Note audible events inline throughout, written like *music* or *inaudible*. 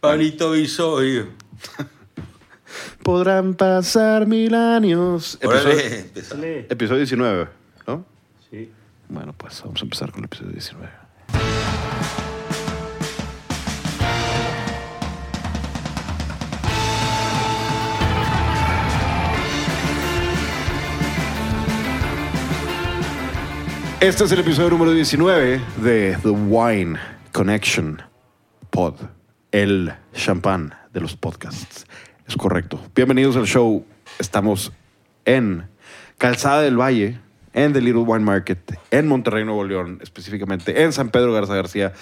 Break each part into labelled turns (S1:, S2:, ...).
S1: Pablito Visorio.
S2: Podrán pasar mil años.
S1: Órale,
S2: Episodio,
S1: empezamos.
S2: episodio 19, ¿no?
S3: Sí.
S2: Bueno, pues vamos a empezar con el episodio 19. Este es el episodio número 19 de The Wine Connection Pod, el champán de los podcasts. Es correcto. Bienvenidos al show. Estamos en Calzada del Valle, en The Little Wine Market, en Monterrey, Nuevo León, específicamente en San Pedro Garza García.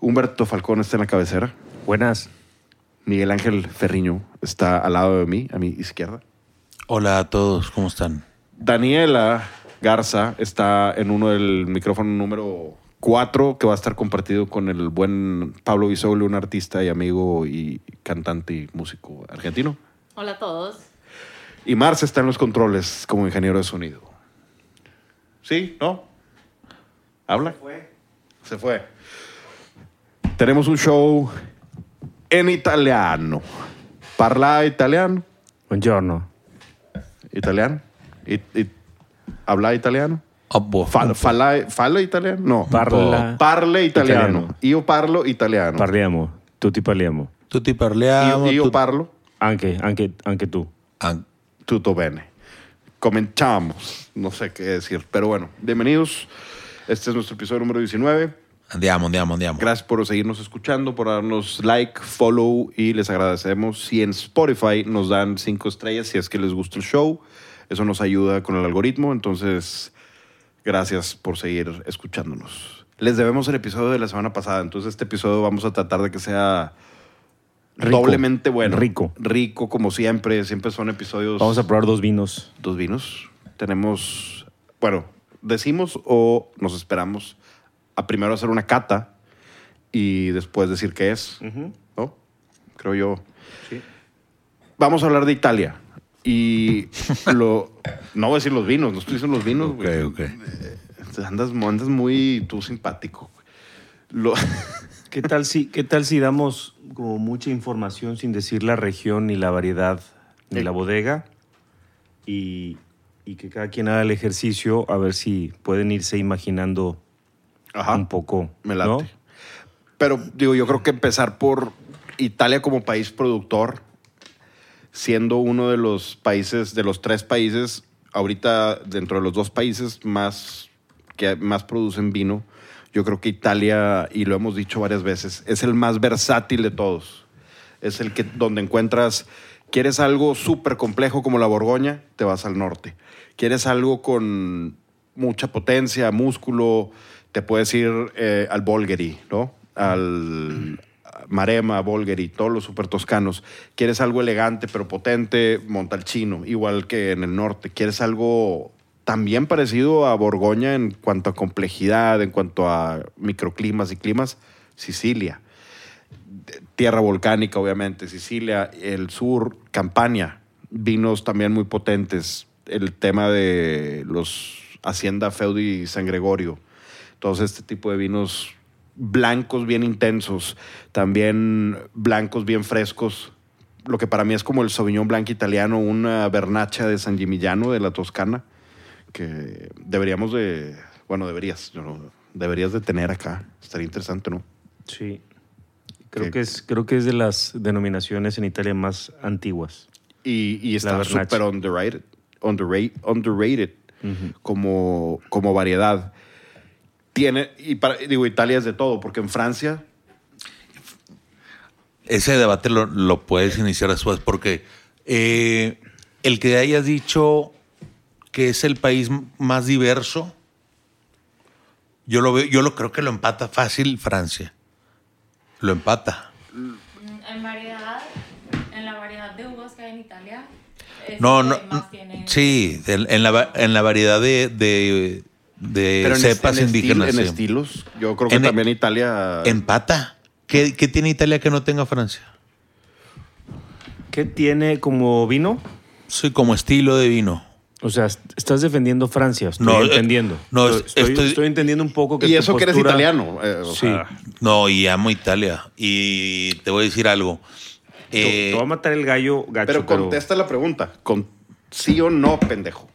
S2: Humberto Falcón está en la cabecera.
S3: Buenas.
S2: Miguel Ángel Ferriño está al lado de mí, a mi izquierda.
S1: Hola a todos, ¿cómo están?
S2: Daniela Garza está en uno del micrófono número 4 que va a estar compartido con el buen Pablo Bisoglio, un artista y amigo y cantante y músico argentino.
S4: Hola a todos.
S2: Y Marce está en los controles como ingeniero de sonido. ¿Sí? ¿No? ¿Habla? Se fue. Se fue. Tenemos un show en italiano. Parla italiano.
S3: Buongiorno.
S2: ¿Italiano? It- it- ¿Habla italiano? Fal- fala, fala italiano? No.
S3: Parla.
S2: Parle italiano.
S3: Italiano.
S2: Io parlo italiano.
S3: Parliamo. Tutti parliamo.
S1: Tú te
S2: io,
S1: parleamos.
S2: io parlo
S3: Anche, anche, anche tú.
S1: Ah,
S2: tutto bene. Comenzamos. No sé qué decir, pero bueno, bienvenidos. Este es nuestro episodio número 19.
S1: Andiamo, andiamo, andiamo.
S2: Gracias por seguirnos escuchando, por darnos like, follow y les agradecemos si en Spotify nos dan cinco estrellas si es que les gusta el show. Eso nos ayuda con el algoritmo, entonces gracias por seguir escuchándonos. Les debemos el episodio de la semana pasada, entonces este episodio vamos a tratar de que sea
S3: Rico.
S2: doblemente bueno.
S3: Rico.
S2: Rico como siempre, siempre son episodios
S3: Vamos a probar dos vinos.
S2: dos vinos. Tenemos, bueno, decimos o nos esperamos a primero hacer una cata y después decir qué es, ¿no? Creo yo. Vamos a hablar de Italia y *laughs* lo no voy a decir los vinos, no estoy diciendo los vinos, güey.
S1: Ok, ok.
S2: Andas, andas muy tú simpático. güey. Lo- *laughs*
S3: ¿Qué tal si, qué tal si damos como mucha información sin decir la región ni la variedad ni la bodega y, y que cada quien haga el ejercicio a ver si pueden irse imaginando
S2: Ajá.
S3: un poco.
S2: Me late.
S3: ¿no?
S2: Pero digo, yo creo que empezar por Italia como país productor, siendo uno de los países, de los tres países, ahorita dentro de los dos países más que más producen vino, yo creo que Italia, y lo hemos dicho varias veces, es el más versátil de todos. Es el que donde encuentras, quieres algo súper complejo como la Borgoña, te vas al norte. Quieres algo con mucha potencia, músculo, te puedes ir eh, al Bolgheri, ¿no? Al Marema, Bolgheri, todos los super toscanos. Quieres algo elegante pero potente, Montalcino, igual que en el norte. Quieres algo también parecido a Borgoña en cuanto a complejidad, en cuanto a microclimas y climas, Sicilia tierra volcánica, obviamente, Sicilia, el sur, Campania, vinos también muy potentes, el tema de los Hacienda Feudi y San Gregorio, todos este tipo de vinos blancos bien intensos, también blancos bien frescos, lo que para mí es como el Sauvignon Blanc italiano, una bernacha de San Gimignano de la Toscana, que deberíamos de, bueno, deberías, yo no- deberías de tener acá, estaría interesante, ¿no?
S3: Sí. Creo
S2: Que-
S3: que, es, creo que es de las denominaciones en Italia más antiguas.
S2: Y, y está
S3: La
S2: súper
S3: garnacha.
S2: underrated, underrated, underrated como, como variedad. Tiene, y para- digo, Italia es de todo, porque en Francia,
S1: Ese debate lo, lo puedes iniciar después porque eh, el que hayas dicho que es el país m- más diverso, yo lo veo, yo lo creo que lo empata fácil Francia. Lo empata.
S4: En Mm, variedad, en la variedad de uvas que hay en Italia, es
S1: No,
S4: el
S1: no. mm,
S4: que más tiene.
S1: Sí, en, en la, va- en la variedad de, de, de
S2: pero en es-
S1: Eh, cepas
S2: en, estil-
S1: indígenas.
S2: en
S1: sí.
S2: estilos, yo creo que
S1: En- e-
S2: también Italia
S1: Empata. ¿Qué, qué tiene Italia que no tenga Francia?
S3: ¿Qué tiene como vino?
S1: Sí, como estilo de vino.
S3: O sea, est- estás defendiendo Francia, estoy
S1: No, eh,
S3: entendiendo.
S1: no,
S3: estoy,
S1: es- estoy-
S3: estoy entendiendo un poco que
S2: Y
S3: tu
S2: eso que eres
S3: postura-
S2: italiano. eh, o
S3: Sí.
S2: sea,
S1: No, y amo Italia. Y te voy a decir algo.
S3: Te-
S1: Eh,
S3: te va a matar el gallo gacho.
S2: pero contesta la pregunta. Con sí o no, pendejo.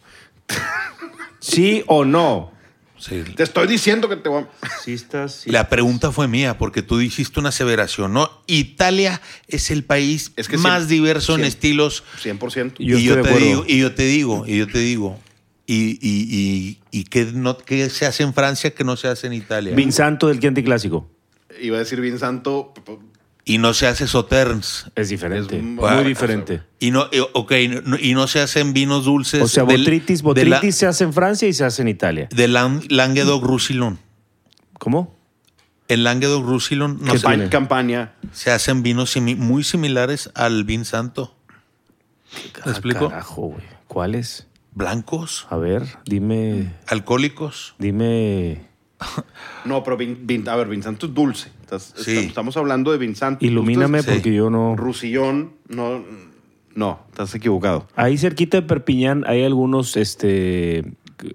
S3: Sí o no.
S1: sí.
S2: Te estoy diciendo que te voy a...
S3: Sí estás. sí.
S1: La pregunta fue mía, porque tú dijiste una aseveración, ¿no? Italia es el país
S2: Es que
S1: más
S2: siempre-
S1: diverso en
S2: siempre.
S1: estilos.
S2: 100%.
S3: Yo
S1: y,
S3: estoy
S1: yo
S3: de
S1: te
S3: acuerdo.
S1: digo, y yo te digo, y yo te digo, y, y, y, y qué no, qué se hace en Francia que no se hace en Italia.
S3: Vin Santo del Chianti Clásico.
S2: Iba a decir bien santo. p- p-
S1: Y no se hace Sauternes.
S3: Es diferente.
S2: Es
S3: muy
S2: muy
S3: diferente.
S1: Y no, eh, ok, no- y no se hacen vinos dulces.
S3: O sea,
S1: del-
S3: Botritis,
S1: de la-
S3: Botritis se hace en Francia y se hace en Italia.
S1: De Lan- Languedoc Roussillon.
S3: ¿Cómo?
S1: En Languedoc Roussillon no
S3: ¿Qué
S1: se,
S2: Campa-
S3: tiene?
S2: Campaña.
S1: se hacen vinos simi- muy similares al vin santo. ¿Me explico?
S3: Ah, Carajo, güey. ¿Cuáles?
S1: Blancos,
S3: A ver, dime.
S1: alcohólicos.
S3: Dime.
S2: No, pero Vin- Vin- a ver, Vin Santo es dulce. Estás-
S1: Sí.
S2: estamos, estamos hablando de Vin Santo.
S3: Ilumíname
S1: Sí.
S3: porque yo no.
S2: Rusillón, no, no, estás equivocado.
S3: Ahí cerquita de Perpiñán hay algunos, este.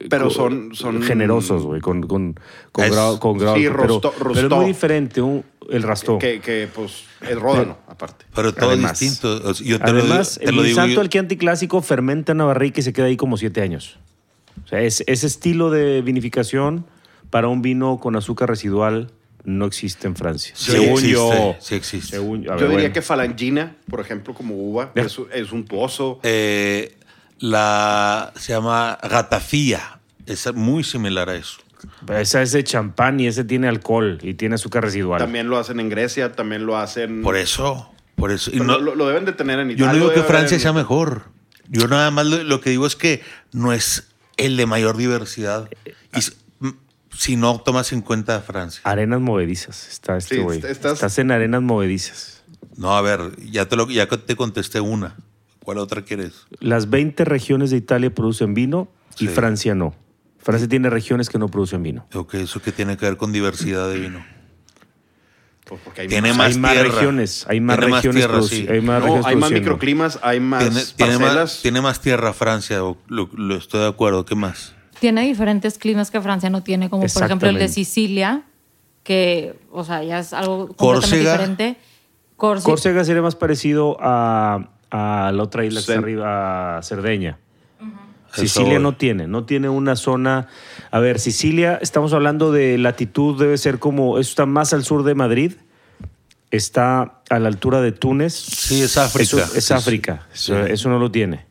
S2: Pero
S3: co-
S2: son- son-
S3: generosos, güey, con, con, con
S1: Es-
S3: grado. Con grado
S2: sí,
S3: pero-
S2: rostó-
S3: pero,
S2: rostó.
S3: es muy diferente un- el rastó.
S2: Que, que, pues es ródano, aparte.
S1: Pero todo
S3: Además.
S1: distinto. O sea, Yo te
S3: Además,
S1: lo, digo- te lo
S3: el
S1: digo.
S3: Santo
S1: yo.
S3: al Chianti Clásico fermenta una barrica y se queda ahí como siete años. O sea, es- ese estilo de vinificación para un vino con azúcar residual no existe en Francia.
S1: Sí
S3: según
S1: existe,
S3: yo.
S1: sí existe.
S3: según- a
S2: Yo
S3: ver,
S2: diría
S3: bueno.
S2: que falangina, por ejemplo, como uva,
S3: Ya.
S2: es, es untuoso.
S1: Eh, la se llama Ratafía. Es muy similar a eso.
S3: Pero Esa es de champán y ese tiene alcohol y tiene azúcar residual.
S2: También lo hacen en Grecia, también lo hacen.
S1: Por eso. Por eso. Y
S2: Pero
S1: no-
S2: lo, lo deben de tener en
S1: yo
S2: Italia.
S1: no digo
S2: Algo
S1: que
S2: debe haber
S1: Francia
S2: en-
S1: sea mejor. Yo nada más lo, lo que digo es que no es el de mayor diversidad. Y s- m- si no tomas en cuenta a Francia.
S3: Arenas movedizas. Está este
S2: Sí,
S3: güey.
S2: estás-
S3: Estás en arenas movedizas.
S1: No, a ver, ya te, lo, ya te contesté una. ¿Cuál otra quieres?
S3: Las 20 regiones de Italia producen vino y
S1: Sí.
S3: Francia no. Francia tiene regiones que no producen vino.
S1: Ok, eso que tiene que ver con diversidad de vino.
S2: Pues porque hay
S1: Tiene
S2: más.
S1: más,
S3: hay más
S1: tierra.
S3: regiones, hay más
S1: Tiene
S3: regiones
S1: tierra,
S3: produci-
S1: sí.
S3: hay más
S2: No,
S3: regiones
S2: hay más
S3: produciendo.
S2: microclimas, hay *clears throat* más
S1: Tiene, tiene más,
S2: parcelas.
S1: tiene más tierra Francia, o- lo, lo estoy de acuerdo. ¿Qué más?
S4: Tiene diferentes climas que Francia no tiene, como por ejemplo el de
S3: Exactamente.
S4: Sicilia, que, o sea, ya es algo completamente
S1: Córcega.
S4: diferente. Córcega.
S3: Córcega sería más parecido a, a la otra isla que está
S2: Cen-
S3: arriba, a Cerdeña.
S1: El
S3: Sicilia
S1: sabor.
S3: no tiene, no tiene una zona. A ver, Sicilia, estamos hablando de latitud, debe ser como. Eso está más al sur de Madrid, está a la altura de Túnez. Sí,
S1: es África.
S3: es
S1: Sí,
S3: África, eso, eso no lo tiene.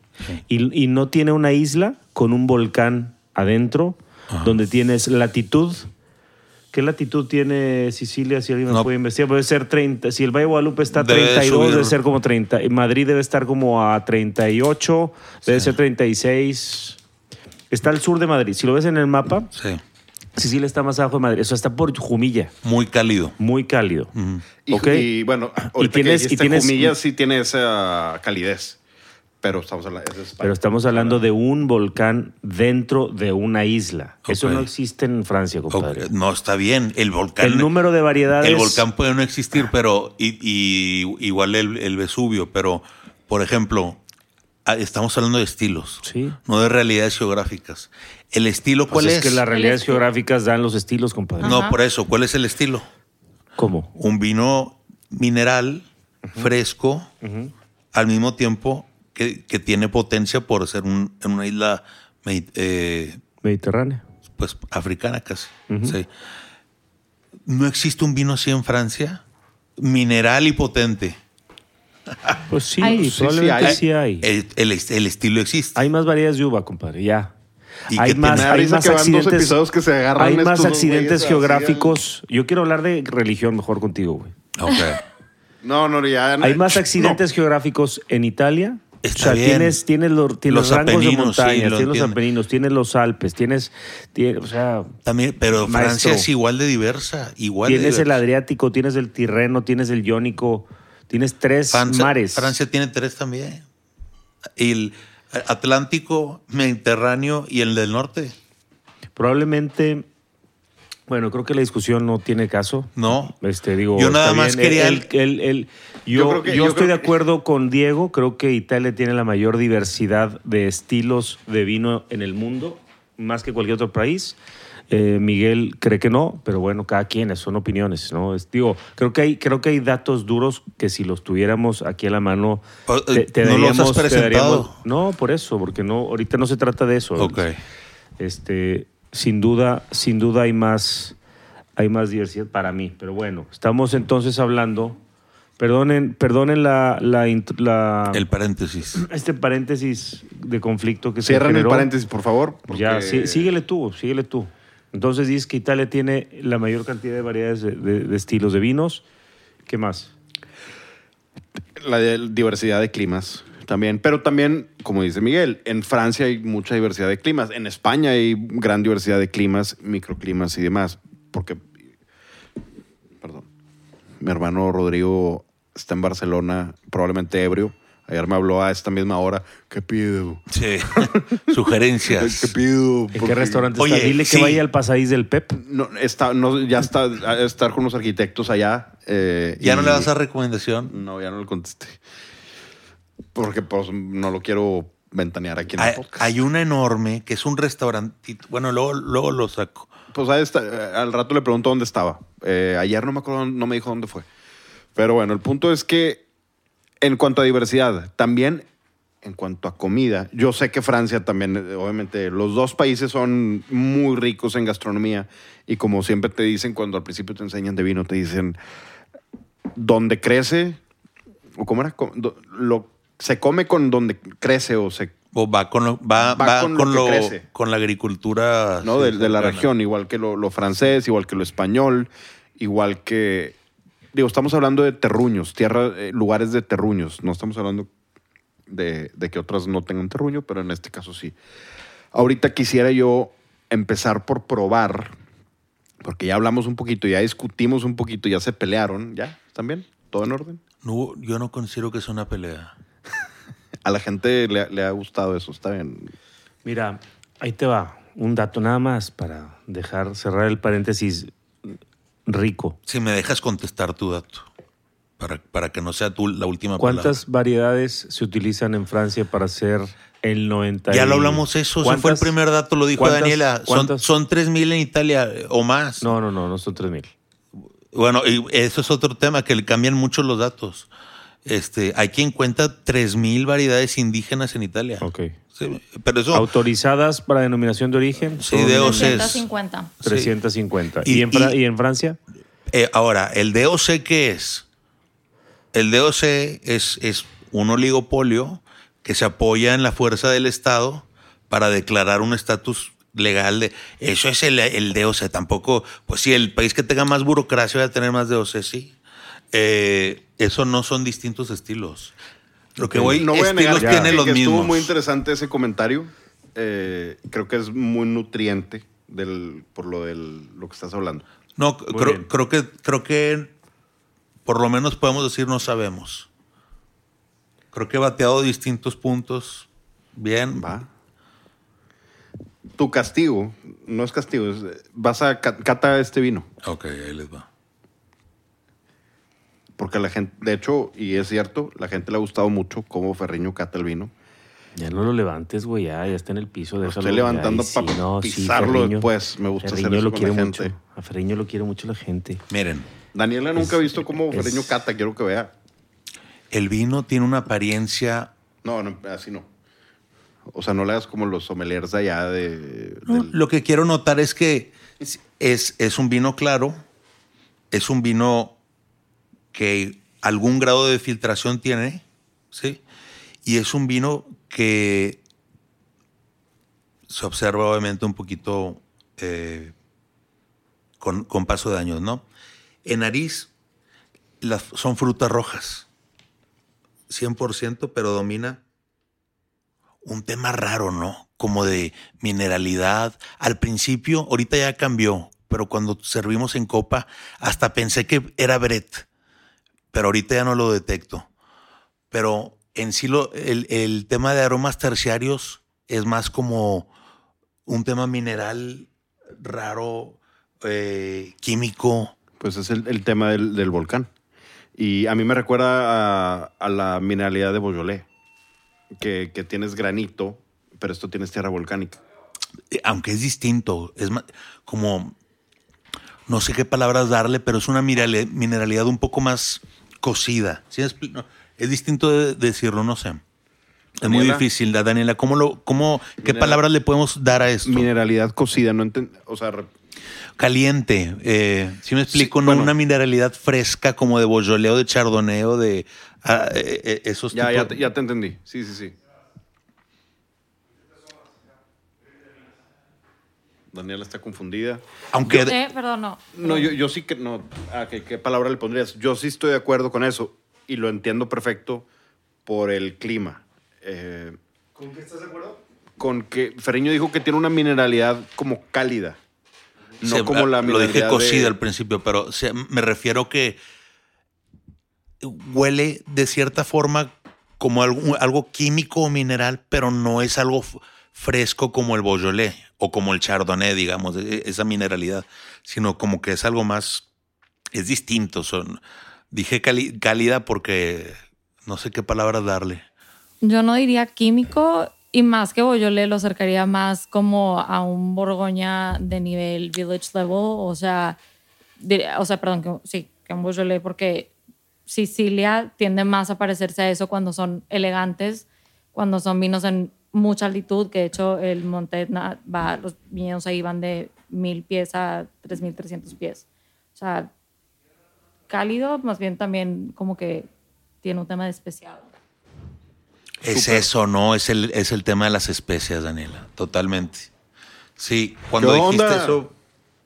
S3: Y, y no tiene una isla con un volcán adentro,
S1: Ah.
S3: donde tienes latitud. ¿Qué latitud tiene Sicilia? Si alguien nos
S1: No.
S3: puede investigar, puede ser 30. Si el Valle de Guadalupe está a
S1: Debe de
S3: 32, debe
S1: subir.
S3: ser como 30. Y Madrid debe estar como a 38, debe ser 36. Está al sur de Madrid. Si lo ves en el mapa,
S1: Sí,
S3: Sicilia está más abajo de Madrid. Eso está por Jumilla,
S1: muy cálido.
S3: muy cálido.
S2: Mm. Y,
S3: ¿Ok?
S2: y, bueno, ahorita
S3: tienes-
S2: que
S3: y
S2: dijiste
S3: tienes-
S2: Jumilla sí tiene esa calidez. Pero estamos hablando es de España.
S3: Pero estamos hablando de un volcán dentro de una isla. Eso
S1: Ok.
S3: no existe en Francia, compadre.
S1: Ok, No, está bien. El volcán.
S3: El número de variedades.
S1: el volcán puede no existir, pero. Y, y igual el, el Vesubio, pero, por ejemplo, ah, estamos hablando de estilos.
S3: Sí.
S1: No de realidades geográficas. ¿El estilo
S3: Pues
S1: cuál
S3: es,
S1: es?
S3: que las realidades
S4: estilo.
S3: geográficas dan los estilos, compadre.
S1: No,
S4: Ajá.
S1: por eso. ¿Cuál es el estilo?
S3: ¿Cómo?
S1: un vino mineral, fresco, al mismo tiempo que, que tiene potencia por ser un- en una isla medi- eh,
S3: Mediterránea.
S1: pues africana casi. Sí. No existe un vino así en Francia, mineral y potente.
S3: Pues sí,
S4: Hay-
S2: sí
S3: probablemente
S2: hay.
S3: sí hay.
S1: El, el est- el estilo existe.
S3: Hay más variedades de uva, compadre, ya.
S1: Y
S3: Hay
S1: que
S3: más,
S1: te-
S2: Me da
S3: hay
S2: risa
S3: más
S2: que van dos
S3: accidentes,
S2: episodios que se agarran
S3: hay más
S2: estos dos güeyes
S3: accidentes
S2: así
S3: geográficos. Yo quiero hablar de religión mejor contigo, güey.
S1: Ok.
S2: No, no, ya.
S3: Hay más accidentes geográficos en Italia.
S1: Está
S3: o sea,
S1: bien.
S3: tienes, tienes los, tienes
S1: Los
S3: rangos de
S1: Apeninos, sí,
S3: montaña,
S1: lo
S3: tienes los
S1: entiendo.
S3: Apeninos, tienes los Alpes, tienes, tienes- o sea,
S1: También, pero
S3: Maestro.
S1: Francia es igual de diversa. Igual de
S3: tienes el
S1: diversa.
S3: Adriático, tienes el Tirreno, tienes el Iónico, tienes tres
S1: Francia,
S3: mares.
S1: Francia tiene tres también. El Atlántico, Mediterráneo y el del norte.
S3: Probablemente Bueno, creo que la discusión no tiene caso.
S1: No.
S3: Este, digo,
S1: Yo nada
S3: está
S1: más
S3: bien.
S1: quería-
S3: Él- él- él- yo
S2: Yo creo que-
S3: yo
S2: yo
S3: estoy
S2: creo
S3: de
S2: que-
S3: acuerdo con Diego. Creo que Italia tiene la mayor diversidad de estilos de vino en el mundo, más que cualquier otro país. Eh, Miguel cree que no, pero bueno, cada quien, son opiniones, ¿no? Es- digo, creo que hay, creo que hay datos duros que si los tuviéramos aquí a la mano,
S1: Pero, eh, ¿no los has presentado?
S3: no, por eso, porque no, ahorita no se trata de eso.
S1: Ok.
S3: Este, sin duda, sin duda hay más, hay más diversidad para mí. Pero bueno, estamos entonces hablando. Perdonen, perdonen la, la int- la-
S1: Ah. El paréntesis.
S3: este paréntesis de conflicto que se
S2: Cierran el
S3: generó. Pues
S2: paréntesis, por favor. porque-
S3: Ya, sí, síguele tú, síguele tú. Entonces dices que Italia tiene la mayor cantidad de variedades de, de- de estilos de vinos. ¿Qué más?
S2: La de- diversidad de climas también. Pero también, como dice Miguel, en Francia hay mucha diversidad de climas. En España hay gran diversidad de climas, microclimas y demás. Porque, perdón, mi hermano Rodrigo está en Barcelona, probablemente ebrio. Ayer me habló a esta misma hora. ¿Qué pido?
S1: Sí.
S2: ¿Qué
S1: Sugerencias.
S2: pido?
S3: ¿En
S2: Porque-
S3: qué restaurante
S1: Oye,
S3: está? Dile que
S1: sí.
S3: vaya al pasadís del Pep.
S2: No, está, no, ya está, a estar con los arquitectos allá. eh,
S1: ¿Ya no
S2: y-
S1: le vas a recomendación?
S2: No, ya no le contesté. Porque pues no lo quiero ventanear aquí en el
S1: Hay,
S2: podcast.
S1: hay una enorme que es un restaurantito. Bueno, luego, luego lo saco.
S2: Pues ahí está, al rato le pregunto dónde estaba. Eh, ayer no me acuerdo, no me dijo dónde fue. Pero bueno, el punto es que en cuanto a diversidad, también en cuanto a comida, yo sé que Francia también, eh, obviamente, los dos países son muy ricos en gastronomía y como siempre te dicen cuando al principio te enseñan de vino, te dicen donde crece, o cómo era, Co- do- lo, se come con donde crece o se
S1: O va con lo, va,
S2: Va
S1: va
S2: con
S1: con,
S2: lo que
S1: lo-
S2: crece.
S1: con la agricultura.
S2: ¿no? de, de la
S1: cercana.
S2: región, igual que lo, lo francés, igual que lo español, igual que... Digo, estamos hablando de terruños, tierra, eh, lugares de terruños, no estamos hablando de, de que otras no tengan terruño, pero en este caso sí. Ahorita quisiera yo empezar por probar, porque ya hablamos un poquito, ya discutimos un poquito, ya se pelearon, ¿ya? ¿También? ¿Todo en orden?
S1: No, yo no considero que es una pelea.
S2: A la gente le, ha- le ha gustado eso, está bien.
S3: Mira, ahí te va. Un dato nada más para dejar cerrar el paréntesis rico.
S1: Si me dejas contestar tu dato, para, para que no sea tú la última
S3: ¿Cuántas variedades se utilizan en Francia para hacer el 90?
S1: palabra. Ya lo hablamos eso, ese fue el
S3: ¿Cuántas?
S1: primer dato, lo dijo
S3: ¿Cuántas?
S1: Daniela. Son,
S3: ¿Cuántas?
S1: son 3.000 en Italia eh, o más.
S3: No, no, no, no son 3000.
S1: Bueno, y eso es otro tema, que le cambian mucho los datos. Este, hay quien cuenta 3.000 variedades indígenas en Italia.
S3: Ok.
S1: Sí, pero eso...
S3: Autorizadas para denominación de origen.
S1: Sí,
S3: son
S1: de
S4: Son
S1: OCs.
S4: 350.
S1: sí.
S3: 350.
S1: Y-
S3: ¿Y, en Fra-
S1: y-
S3: y en Francia?
S1: Eh, ahora, ¿el DOC qué es? El DOC es, es un oligopolio que se apoya en la fuerza del Estado para declarar un estatus legal de... Eso es el, el DOC, tampoco... Pues si el país que tenga más burocracia va a tener más DOC, sí. Eh, eso no son distintos estilos. Lo que voy,
S2: no voy a
S1: estilos
S2: negar que-
S1: tiene
S2: que,
S1: los
S2: que estuvo
S1: mismos.
S2: muy interesante ese comentario. Eh, creo que es muy nutriente del, por lo de lo que estás hablando.
S1: No,
S3: bien.
S1: creo, creo que creo que por lo menos podemos decir no sabemos. Creo que he bateado distintos puntos. Bien.
S2: Va. Tu castigo, no es castigo, es, eh, vas a ca- cata este vino.
S1: Ok, ahí les va.
S2: Porque la gente, de hecho, y es cierto, la gente le ha gustado mucho cómo Ferriño cata el vino.
S3: Ya no lo levantes, güey, ya, ya está en el piso.
S2: Lo
S3: de
S2: estoy levantando para pisarlo después. Me gusta hacer eso
S3: lo
S2: con
S3: quiere
S2: la
S3: mucho.
S2: gente.
S3: A Ferriño lo quiere mucho la gente.
S1: Miren,
S2: Daniela nunca ha visto cómo
S3: es-
S2: Ferriño cata, quiero que vea.
S1: el vino tiene una apariencia.
S2: No, no, así no. O sea, no le hagas como los sommeliers de allá de... del-
S1: No, Lo que quiero notar es que es- es, es un vino claro, es un vino que algún grado de filtración tiene, ¿sí? Y es un vino que se observa obviamente un poquito eh, con, con paso de años, ¿no? En nariz las, son frutas rojas, 100%, pero domina un tema raro, ¿no? Como de mineralidad. Al principio, ahorita ya cambió, pero cuando servimos en copa, hasta pensé que era Brett, pero ahorita ya no lo detecto. Pero en sí, lo- el, el tema de aromas terciarios es más como un tema mineral raro, eh, químico.
S2: Pues es el, el tema del, del volcán. Y a mí me recuerda a, a la mineralidad de Boyolé, que, que tienes granito, pero esto tienes tierra volcánica.
S1: Eh, Aunque es distinto, es ma- como, no sé qué palabras darle, pero es una mirale- mineralidad un poco más cocida. ¿Sí me expli- no, es distinto de decirlo, no sé. Es muy
S2: Daniela.
S1: difícil, da- Daniela. ¿Cómo lo, cómo, ¿Qué
S2: Minera-
S1: palabras le podemos dar a esto?
S2: Mineralidad cocida, no enten- o sea, re-
S1: Caliente, eh, si me explico,
S2: Sí,
S1: no
S2: bueno.
S1: una mineralidad fresca como de bolloleo, de chardoneo, de ah, eh, eh, esos
S2: ya,
S1: tipos-
S2: ya, te, ya te entendí. Sí, sí, sí. Daniela está confundida.
S1: Aunque
S4: Eh, perdón, no.
S2: No, yo, yo sí que no. ah, ¿qué, qué palabra le pondrías? Yo sí estoy de acuerdo con eso y lo entiendo perfecto por el clima. Eh,
S3: ¿Con qué estás de acuerdo?
S2: con que Ferriño dijo que tiene una mineralidad como cálida. No
S1: se-
S2: como la
S1: ah, lo dije
S2: mineralidad
S1: cocida
S2: de-
S1: al principio, pero se- me refiero que huele de cierta forma como algo, algo químico o mineral, pero no es algo f- fresco como el bollolé o como el chardonnay, digamos, e- esa mineralidad, sino como que es algo más, es distinto. Son, dije cali- cálida porque no sé qué palabra darle.
S4: Yo no diría químico y más que Boyolé lo acercaría más como a un Borgoña de nivel village level, o sea, diría- o sea, perdón, que, sí, que un Boyolé porque Sicilia tiende más a parecerse a eso cuando son elegantes, cuando son vinos en mucha altitud, que de hecho el Monte Etna va, los viñedos ahí van de mil pies a 3.300 pies. O sea, cálido, más bien también como que tiene un tema de especial.
S1: Es eso, ¿no? Es el, es el tema de las especias, Daniela. Totalmente. Sí, cuando
S2: ¿Qué
S1: dijiste
S2: onda?
S1: eso,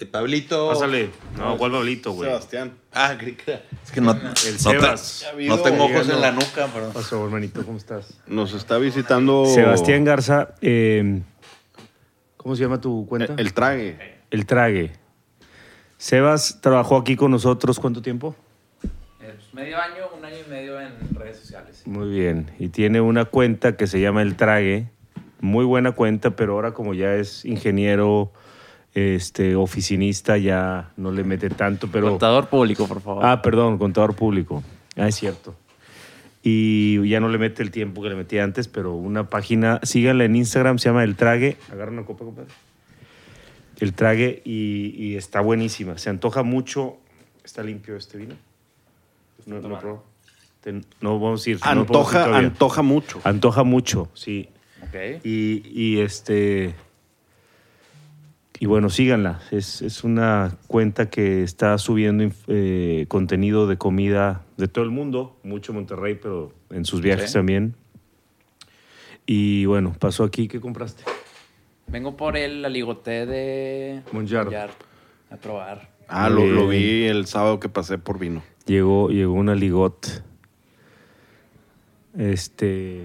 S1: eh, Pablito.
S3: Pásale. No, ¿cuál Pablito, güey?
S2: Sebastián.
S1: Ah, creí que era- Es que no, no, te-
S3: Sebas.
S1: no tengo ojos
S2: Llegando.
S1: en la nuca, pero.
S3: Pasó, hermanito, ¿cómo estás?
S2: Nos está
S3: Oh.
S2: visitando.
S3: Sebastián Garza, eh, ¿cómo se llama tu cuenta?
S2: El, el trague.
S3: El trague. Sebas trabajó aquí con nosotros, ¿cuánto tiempo?
S5: Eh, pues, medio año, un año y medio en redes sociales.
S3: Muy bien. Y tiene una cuenta que se llama El Trague. Muy buena cuenta, pero ahora como ya es ingeniero, este, oficinista, ya no le mete tanto, pero...
S5: Contador público, por favor.
S3: Ah, perdón, contador público. Ah, es cierto. Y ya no le mete el tiempo que le metía antes, pero una página, síganla en Instagram, se llama El Trague. Agarra una copa, compadre. El Trague y, y está buenísima. Se antoja mucho. Está limpio este vino. No, no, lo probó. Te- no vamos a ir. no lo podemos ir
S2: Antoja,
S3: todavía. Ah,
S2: antoja mucho.
S3: Antoja mucho, sí.
S5: Ok.
S3: Y, y, este. Y bueno, síganla. Es, es una cuenta que está subiendo inf- eh, contenido de comida de todo el mundo, mucho Monterrey, pero en sus viajes
S5: Sí.
S3: también. Y bueno, pasó aquí. ¿Qué compraste?
S5: Vengo por el aligoté de
S3: Monjard.
S5: a probar.
S2: Ah, lo, lo
S3: Bien.
S2: vi el sábado que pasé por vino.
S3: Llegó, llegó una ligot. Este.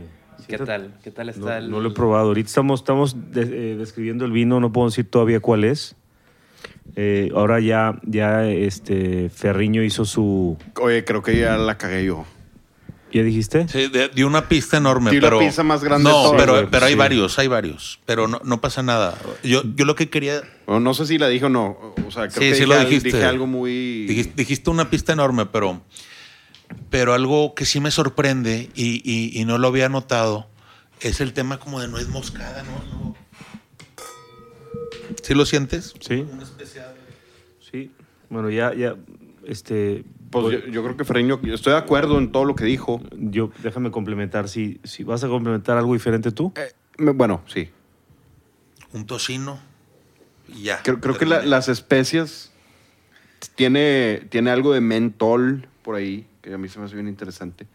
S5: ¿Qué tal? ¿Qué tal
S3: No,
S5: está el...?
S3: no lo he probado. Ahorita estamos, estamos de- eh, describiendo el vino, no puedo decir todavía cuál es. Eh, ahora ya, ya este, Ferriño hizo su.
S2: Oye, creo que ya la cagué yo.
S3: ¿Ya dijiste?
S1: Sí, de- dio una pista enorme.
S2: Dio la
S1: pero,
S2: pista más
S1: No,
S2: grande de todas,
S1: pero,
S3: güey,
S1: pero hay
S3: sí.
S1: varios, hay varios. Pero no, no pasa nada. Yo, yo lo que quería.
S2: Bueno, no sé si la dije o no. O sea, creo
S1: Sí,
S2: que
S1: sí
S2: dije,
S1: lo
S2: al-
S1: dijiste.
S2: dije algo muy.
S1: Dijiste, dijiste una pista enorme, pero. Pero algo que sí me sorprende y, y- y no lo había notado es el tema como de nuez moscada, ¿no? no. ¿Sí lo sientes?
S3: Sí. Sí. Bueno, ya, ya. Este.
S2: Pues yo, yo creo que Ferriño, yo estoy de acuerdo en todo lo que dijo.
S3: Yo, déjame complementar. Si, si vas a complementar algo diferente tú.
S2: Eh, me- bueno, sí.
S1: Un tocino y ya.
S2: Creo, creo que la- las especias tiene, tiene algo de mentol por ahí, que a mí se me hace bien interesante.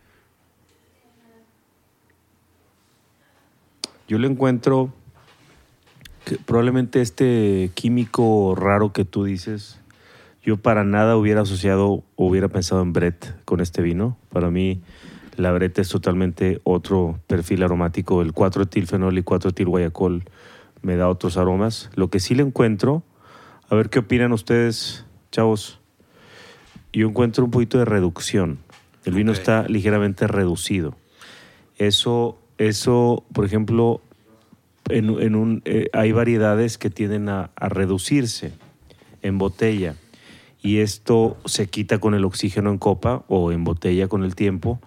S3: Yo le encuentro que probablemente este químico raro que tú dices, yo para nada hubiera asociado o hubiera pensado en Brett con este vino. Para mí, la Brett es totalmente otro perfil aromático. El 4-etilfenol y 4-etilguayacol me da otros aromas. Lo que sí le encuentro, a ver qué opinan ustedes, chavos. Yo encuentro un poquito de reducción. El vino
S1: Ok.
S3: está ligeramente reducido. Eso, eso, por ejemplo, en, en un, eh, hay variedades que tienden a, a reducirse. en botella. Y esto se quita con el oxígeno en copa o en botella con el tiempo,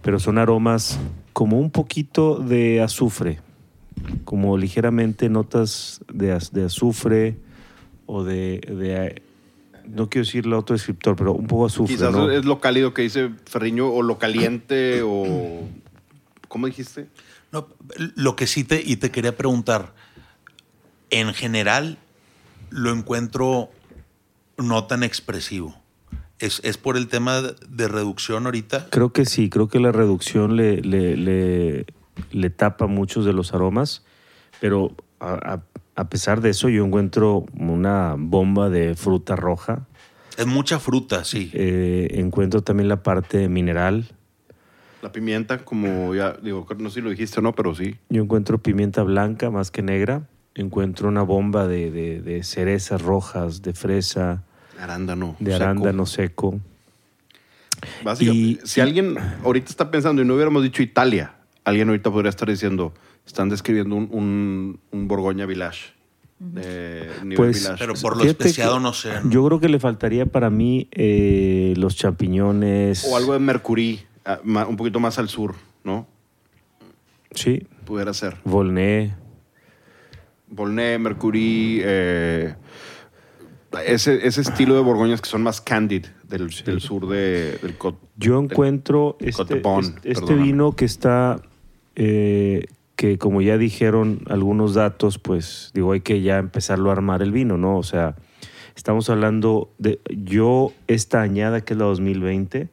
S3: pero son aromas como un poquito de azufre, como ligeramente notas de, az- de azufre o de, de- No quiero decir el otro descriptor, pero un poco azufre.
S2: Quizás
S3: ¿no?
S2: es lo cálido que dice Ferriño o lo caliente o... ¿Cómo dijiste?
S1: No, lo que sí te, y te quería preguntar, en general lo encuentro no tan expresivo. ¿Es, es por el tema de- de reducción ahorita?
S3: Creo que sí, creo que la reducción le, le, le- le tapa muchos de los aromas, pero a, a- a pesar de eso yo encuentro una bomba de fruta roja,
S1: Es mucha fruta, sí.
S3: Eh, encuentro también la parte mineral,
S2: La pimienta, como ya digo, no sé si lo dijiste o no, pero sí.
S3: yo encuentro pimienta blanca más que negra, encuentro una bomba de, de- de cerezas rojas, de fresa,
S2: Arándano.
S3: de
S2: seco.
S3: arándano seco.
S2: Básicamente,
S3: Y-
S2: si alguien ahorita está pensando y no hubiéramos dicho Italia, alguien ahorita podría estar diciendo, están describiendo un, un, un Borgoña Village. de nivel
S3: Pues,
S2: Village.
S1: Pero por lo
S3: Fíjate que
S1: especiado no sé. ¿no?
S3: Yo creo que le faltaría para mí eh, los champiñones.
S2: O algo de Mercury, ah, ma- un poquito más al sur, ¿no?
S3: Sí,
S2: Pudiera ser.
S3: Volné.
S2: Volnay, Mercury, eh, ese, ese estilo de Borgoñas que son más candid del, del sur de, del co-
S3: Yo encuentro este,
S2: Cotepón,
S3: este- este
S2: perdóname.
S3: vino que está, eh, que como ya dijeron algunos datos, pues digo, hay que ya empezarlo a armar el vino, ¿no? O sea, estamos hablando de, yo esta añada que es la 2020,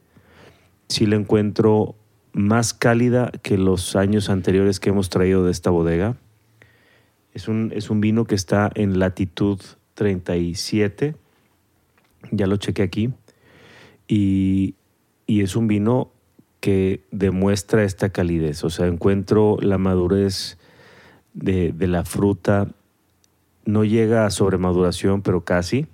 S3: sí la encuentro más cálida que los años anteriores que hemos traído de esta bodega. Es un, es un vino que está en latitud 37, ya lo chequé aquí y, y es un vino que demuestra esta calidez. O sea, encuentro la madurez de, de la fruta. No llega a sobremaduración, pero casi.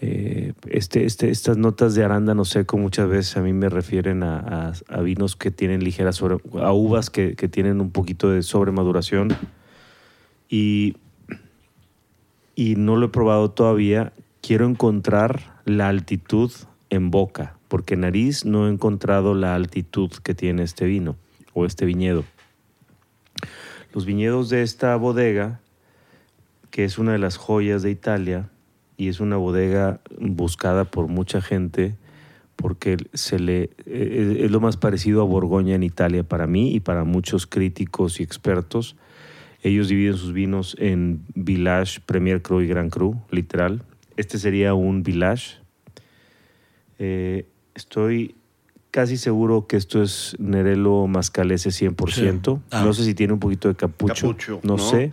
S3: Eh, este, este, estas notas de arándano seco muchas veces a mí me refieren a, a- a vinos que tienen ligera sobre, a uvas que, que tienen un poquito de sobremaduración. Y y no lo he probado todavía, quiero encontrar la altitud en boca, porque en nariz no he encontrado la altitud que tiene este vino o este viñedo. Los viñedos de esta bodega, que es una de las joyas de Italia, y es una bodega buscada por mucha gente, porque se le, eh, es lo más parecido a Borgoña en Italia para mí y para muchos críticos y expertos. Ellos dividen sus vinos en Village, Premier Cru y Grand Cru, literal. Este sería un Village. Eh, estoy casi seguro que esto es Nerello Mascalese 100%.
S1: Sí. Ah.
S3: No sé si tiene un poquito de capucho.
S2: Capucho,
S3: no,
S2: ¿no?
S3: sé.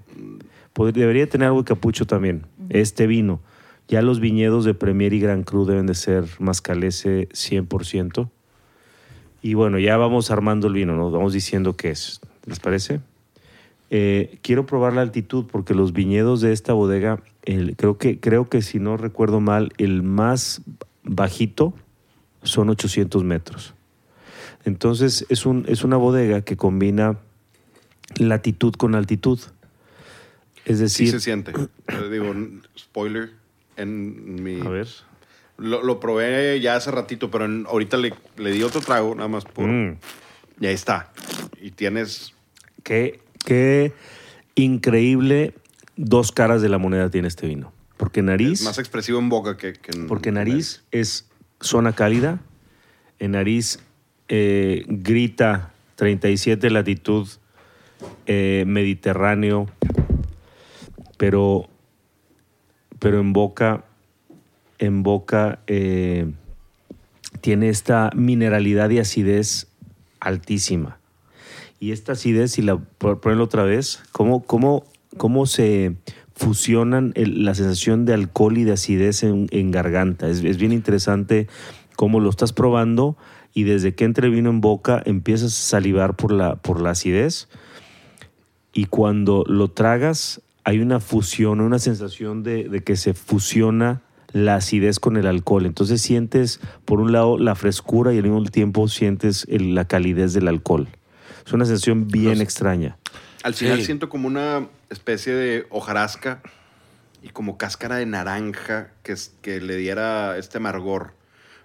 S3: Podría- debería tener algo de capucho también. Este vino. Ya los viñedos de Premier y Gran Cru deben de ser Mascalese 100%. Y bueno, ya vamos armando el vino, nos vamos diciendo qué es. ¿Les parece? Eh, quiero probar la altitud porque los viñedos de esta bodega, el- creo, que, creo que si no recuerdo mal, el más bajito son 800 metros. Entonces es, un, es una bodega que combina latitud con altitud. Es
S2: Sí,
S3: decir,
S2: se siente. Eh, Digo, n- spoiler, en mi...
S3: a ver.
S2: Lo, lo probé ya hace ratito, pero en- ahorita le, le di otro trago, nada más por...
S3: Mm.
S2: Y ahí está. Y tienes...
S3: Qué, qué increíble dos caras de la moneda tiene este vino. Porque nariz,
S2: es más expresivo en boca que, que en...
S3: porque nariz es zona cálida, en nariz eh, grita 37 latitud eh, mediterráneo, pero, pero en boca, en boca eh, tiene esta mineralidad y acidez altísima. Y esta acidez, si la pon- ponen otra vez, ¿cómo, cómo, cómo se fusionan el- la sensación de alcohol y de acidez en, en garganta? Es, es bien interesante cómo lo estás probando y desde que entra el vino en boca empiezas a salivar por la, por la acidez y cuando lo tragas hay una fusión, una sensación de, de que se fusiona la acidez con el alcohol. Entonces sientes, por un lado, la frescura y al mismo tiempo sientes el- la calidez del alcohol. Es una sensación bien extraña.
S2: Al final
S1: Sí.
S2: siento como una especie de hojarasca y como cáscara de naranja que, es- que le diera este amargor.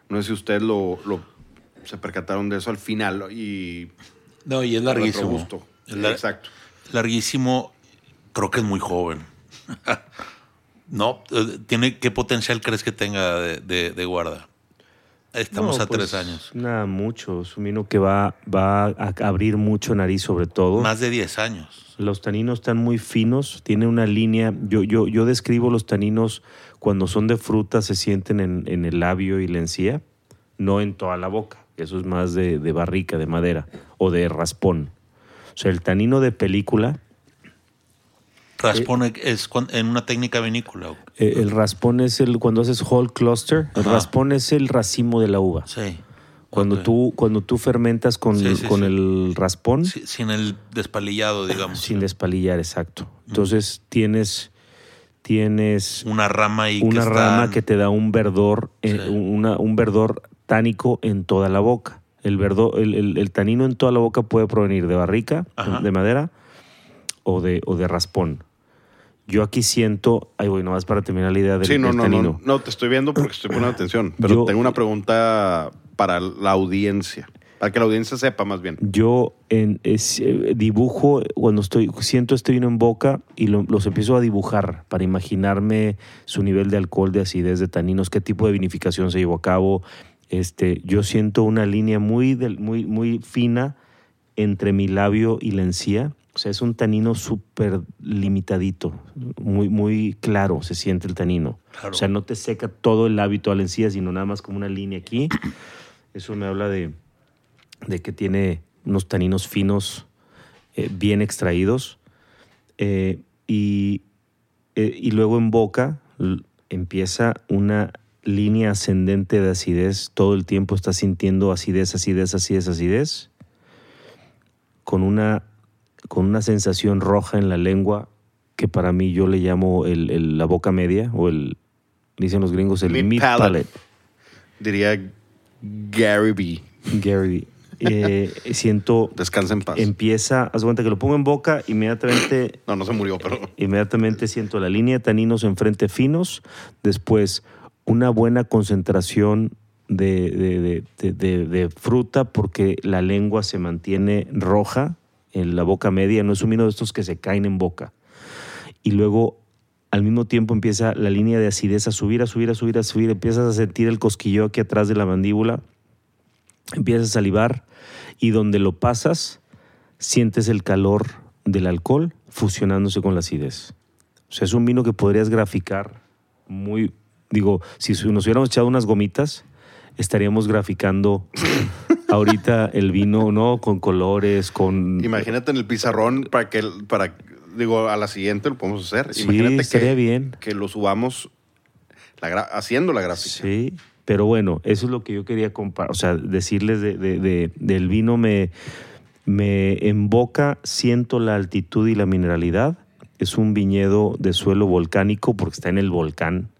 S2: No sé si ustedes lo, lo- se percataron de eso al final y
S1: No, y es
S2: al
S1: larguísimo.
S2: retrogusto.
S1: Es lar-
S2: Exacto.
S1: Larguísimo. Creo que es muy joven. *laughs* no, eh, tiene ¿qué potencial crees que tenga de, de- de guarda? Estamos
S3: No,
S1: a
S3: pues,
S1: tres años.
S3: Nada, mucho. Es un vino que va, va a abrir mucho nariz, sobre todo.
S1: Más de 10 años.
S3: Los taninos están muy finos, tiene una línea. Yo, yo, yo describo los taninos cuando son de fruta, se sienten en, en el labio y la encía, no en toda la boca. Eso es más de, de barrica, de madera o de raspón. O sea, el tanino de película,
S1: Raspone es cuan- en una técnica vinícola. güey.
S3: eh, el raspón es el cuando haces whole cluster, el
S1: Ajá.
S3: raspón es el racimo de la uva.
S1: Sí.
S3: Cuando,
S1: Ok.
S3: tú, cuando tú fermentas con,
S1: Sí, sí,
S3: con
S1: sí.
S3: el raspón,
S1: Sí, sin el despalillado, digamos.
S3: sin despalillar, exacto. Entonces tienes, tienes
S1: una rama y
S3: una rama que
S1: que te
S3: te da un verdor, eh,
S1: Sí.
S3: una- un verdor tánico en toda la boca. El, verdo- el, el- el tanino en toda la boca puede provenir de barrica,
S1: Ajá.
S3: de madera o de, o de raspón. Yo aquí siento, ay, güey, nomás para terminar la idea del,
S2: sí, no,
S3: del
S2: no,
S3: tanino.
S2: no, no, te estoy viendo porque estoy poniendo atención. Pero
S3: Yo-
S2: tengo una pregunta para la audiencia, para que la audiencia sepa más bien.
S3: Yo en, es- eh, dibujo, cuando estoy, siento este vino en boca y lo- los empiezo a dibujar para imaginarme su nivel de alcohol, de acidez, de taninos, qué tipo de vinificación se llevó a cabo. Este, yo siento una línea muy, del- muy, muy fina entre mi labio y la encía. O sea, es un tanino súper limitadito, muy, muy claro se siente el tanino.
S1: Claro.
S3: O sea, no te seca todo el labio y toda la encía, sino nada más como una línea aquí. Eso me habla de, de que tiene unos taninos finos, eh, bien extraídos. Eh, y, eh, y luego en boca l- empieza una línea ascendente de acidez. Todo el tiempo está sintiendo acidez, acidez, acidez, acidez. Con una, con una sensación roja en la lengua que para mí yo le llamo el- el- la boca media o el, dicen los gringos, el
S2: Mid
S3: mid
S2: palate.
S3: palate.
S2: Diría Gary B.
S3: Gary. eh, siento
S2: Descansa en paz.
S3: empieza, haz de cuenta que lo pongo en boca, inmediatamente,
S2: No, no se murió,
S3: *laughs*
S2: pero...
S3: inmediatamente siento la línea de taninos enfrente finos, después una buena concentración de, de- de- de- de- de fruta porque la lengua se mantiene roja en la boca media, no es un vino de estos que se caen en boca. Y luego al mismo tiempo empieza la línea de acidez a subir, a subir, a subir, a subir, empiezas a sentir el cosquillo aquí atrás de la mandíbula, empiezas a salivar y donde lo pasas sientes el calor del alcohol fusionándose con la acidez. O sea, es un vino que podrías graficar muy, digo, si nos hubiéramos echado unas gomitas, estaríamos
S2: *laughs*
S3: graficando ahorita el vino, ¿no? Con colores, con...
S2: Imagínate en el pizarrón para que, el- para, digo, a la siguiente lo podemos hacer.
S3: Sí,
S2: Imagínate
S3: estaría
S2: que,
S3: bien.
S2: que lo subamos la gra- haciendo la gráfica.
S3: Sí, pero bueno, eso es lo que yo quería compa- o sea, decirles de, de- de- del vino me, me emboca, siento la altitud y la mineralidad. Es un viñedo de suelo volcánico porque está en el volcán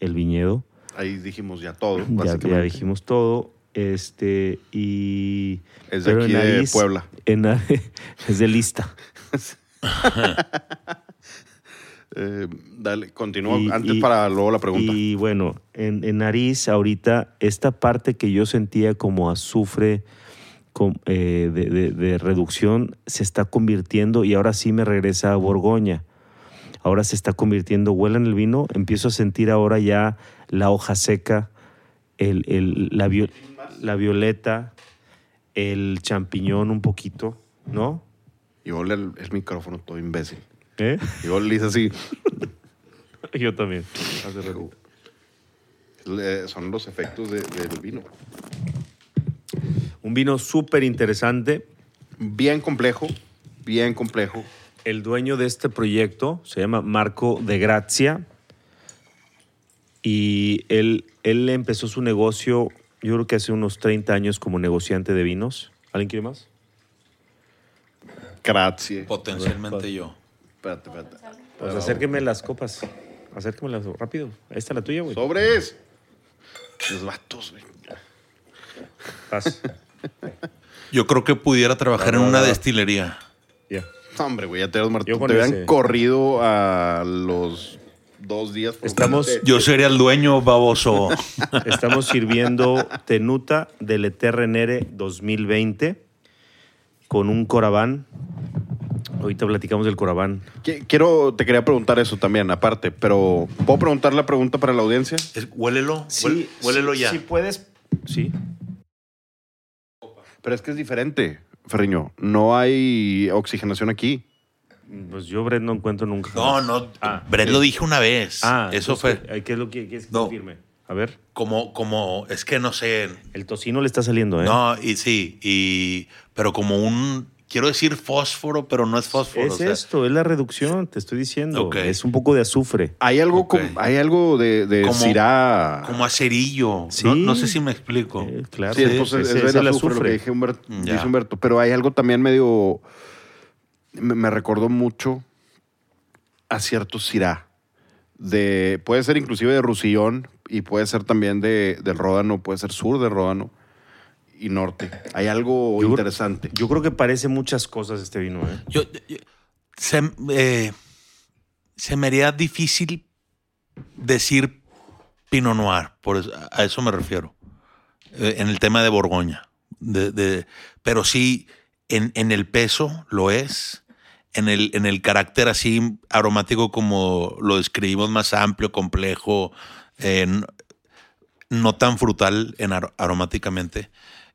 S3: el viñedo.
S2: Ahí dijimos ya todo,
S3: Ya,
S2: básicamente.
S3: ya dijimos todo. Este, y.
S2: Es de
S3: pero
S2: aquí
S3: en
S2: de
S3: nariz-
S2: Puebla.
S3: en na- *laughs* es de lista.
S2: Eh, dale, continúa.
S3: Y-
S2: Antes
S3: y-
S2: para luego la pregunta.
S3: Y bueno, en, en nariz ahorita esta parte que yo sentía como azufre com- eh, de, de- de reducción se está convirtiendo y ahora sí me regresa a Borgoña. Ahora se está convirtiendo, huela en el vino, empiezo a sentir ahora ya la hoja seca, el, el- la, vio- la violeta, el champiñón un poquito, ¿no?
S2: Y ole el, el micrófono todo imbécil.
S3: ¿Eh?
S2: Y ole le hice así.
S3: *laughs* Yo también. hace rato.
S2: Le- son los efectos de- del vino.
S3: Un vino súper interesante.
S2: Bien complejo, bien complejo.
S3: El dueño de este proyecto se llama Marco de Grazia y él, él empezó su negocio, yo creo que hace unos 30 años como negociante de vinos. ¿Alguien quiere más?
S2: Grazie.
S1: Potencialmente yo.
S2: Espérate, espérate.
S3: Pues acérqueme las copas. Acérquemelas rápido. Esta es la tuya, güey.
S2: ¡Sobres! Los vatos, güey.
S3: Paz.
S1: Yo creo que pudiera trabajar en una destilería.
S3: Ya.
S2: No, hombre, güey, ya te, habías mar-
S3: Yo con
S2: te habían
S3: ese.
S2: corrido a los dos días. por
S3: Estamos-
S2: frente.
S1: Yo sería el dueño,
S3: *laughs*
S1: baboso.
S3: Estamos sirviendo Tenuta del Eterrenere 2020 con un Corabán. Ahorita platicamos del Corabán.
S2: Qui- Quiero, te quería preguntar eso también, aparte, pero ¿puedo preguntar la pregunta para la audiencia?
S1: Es- huélelo. huél- huélelo ya.
S3: Si puedes. Sí.
S2: Pero es que es diferente, Ferriño. No hay oxigenación aquí.
S3: Pues yo, Brett, no encuentro nunca.
S1: No,
S3: jamás.
S1: no.
S3: Ah.
S1: Brett lo dije una vez.
S3: Ah,
S1: Eso
S3: entonces,
S1: fue
S3: ¿qué- ¿Qué es lo que quieres que
S1: No.
S3: confirme? A ver.
S1: como, como, es que no sé.
S3: El tocino le está saliendo, ¿eh?
S1: No, y sí, y, pero como un, quiero decir fósforo, pero no es fósforo.
S3: Es
S1: o sea,
S3: esto, es la reducción, te estoy diciendo.
S1: Ok.
S3: Es un poco de azufre.
S2: Hay algo,
S1: Ok.
S2: com- hay algo de, de
S1: Como-
S2: Syrah.
S1: Como acerillo.
S3: Sí.
S1: No, no sé si me explico.
S3: Eh, claro,
S2: Sí,
S3: sí,
S2: pues es,
S3: ese-
S2: es
S3: ese
S2: el
S3: la
S2: azufre, lo que
S3: azufre.
S2: dije Humberto,
S1: Ya.
S2: dice Humberto. Pero hay algo también medio. Me, me recordó mucho a cierto Sirá. De, puede ser inclusive de Rusillón y puede ser también de, del Ródano, puede ser sur de Ródano y norte. Hay algo
S3: Yo-
S2: interesante.
S3: Yo creo que parece muchas cosas este vino, ¿eh?
S1: Yo, yo- se, eh, se me haría difícil decir Pinot Noir, por eso- a eso me refiero, eh, en el tema de Borgoña. De, de- pero sí, en, en el peso lo es, en el, en el carácter así aromático como lo describimos, más amplio, complejo, eh, n- no tan frutal en ar- aromáticamente.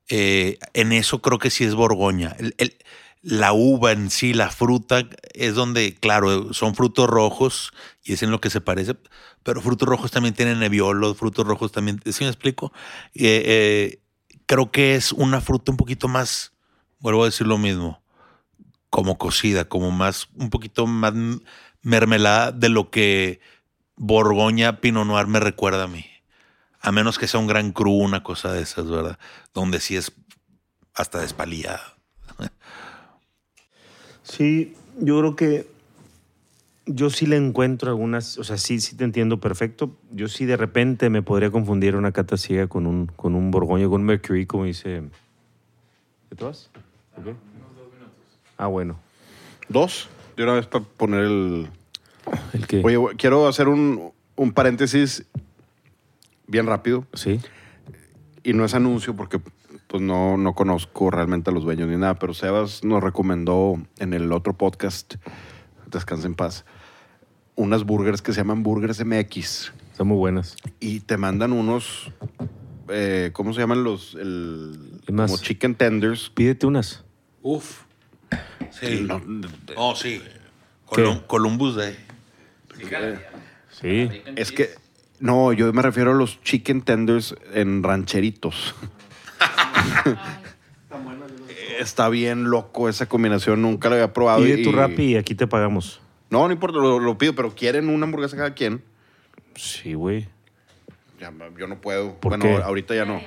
S1: Eh, en eso creo que sí es Borgoña. El- el- la uva en sí, la fruta, es donde, claro, son frutos rojos y es en lo que se parece, pero frutos rojos también tienen neviolo, frutos rojos también, ¿sí me explico? Eh, eh, creo que es una fruta un poquito más, vuelvo a decir lo mismo, como cocida, como más, un poquito más m- mermelada de lo que Borgoña Pinot Noir me recuerda a mí. A menos que sea un gran cru, una cosa de esas, ¿verdad? Donde sí es hasta despalillada.
S3: Sí, yo creo que yo sí le encuentro algunas, o sea, sí, sí te entiendo perfecto. Yo sí de repente me podría confundir una cata ciega con un, con un borgoño, con un mercury, como dice... ¿Ya te vas? ¿Ok? Ah, bueno.
S2: Dos, de una vez para poner el.
S3: ¿El qué?
S2: Oye, güey, quiero hacer un, un paréntesis bien rápido.
S3: Sí.
S2: y no es anuncio porque pues no, no conozco realmente a los dueños ni nada, pero Sebas nos recomendó en el otro podcast, Descansa en Paz, unas burgers que se llaman Burgers MX
S3: Están muy buenas.
S2: y te mandan unos, eh, ¿cómo se llaman los? El,
S3: ¿Qué más?
S2: Como chicken tenders.
S3: Pídete unas.
S1: Uf. Sí.
S2: No,
S1: Oh, sí.
S3: ¿Qué?
S1: Colum- Columbus Day.
S3: Sí.
S2: es que, no, yo me refiero a los chicken tenders en rancheritos. Está bien loco esa combinación, nunca la había probado.
S3: Pide tu
S2: y-
S3: rap y aquí te pagamos.
S2: No, no importa, lo, lo pido, pero quieren una hamburguesa cada quien.
S3: Sí, güey.
S2: Ya, yo no puedo.
S3: ¿Por
S2: bueno,
S3: qué?
S2: ahorita ya no.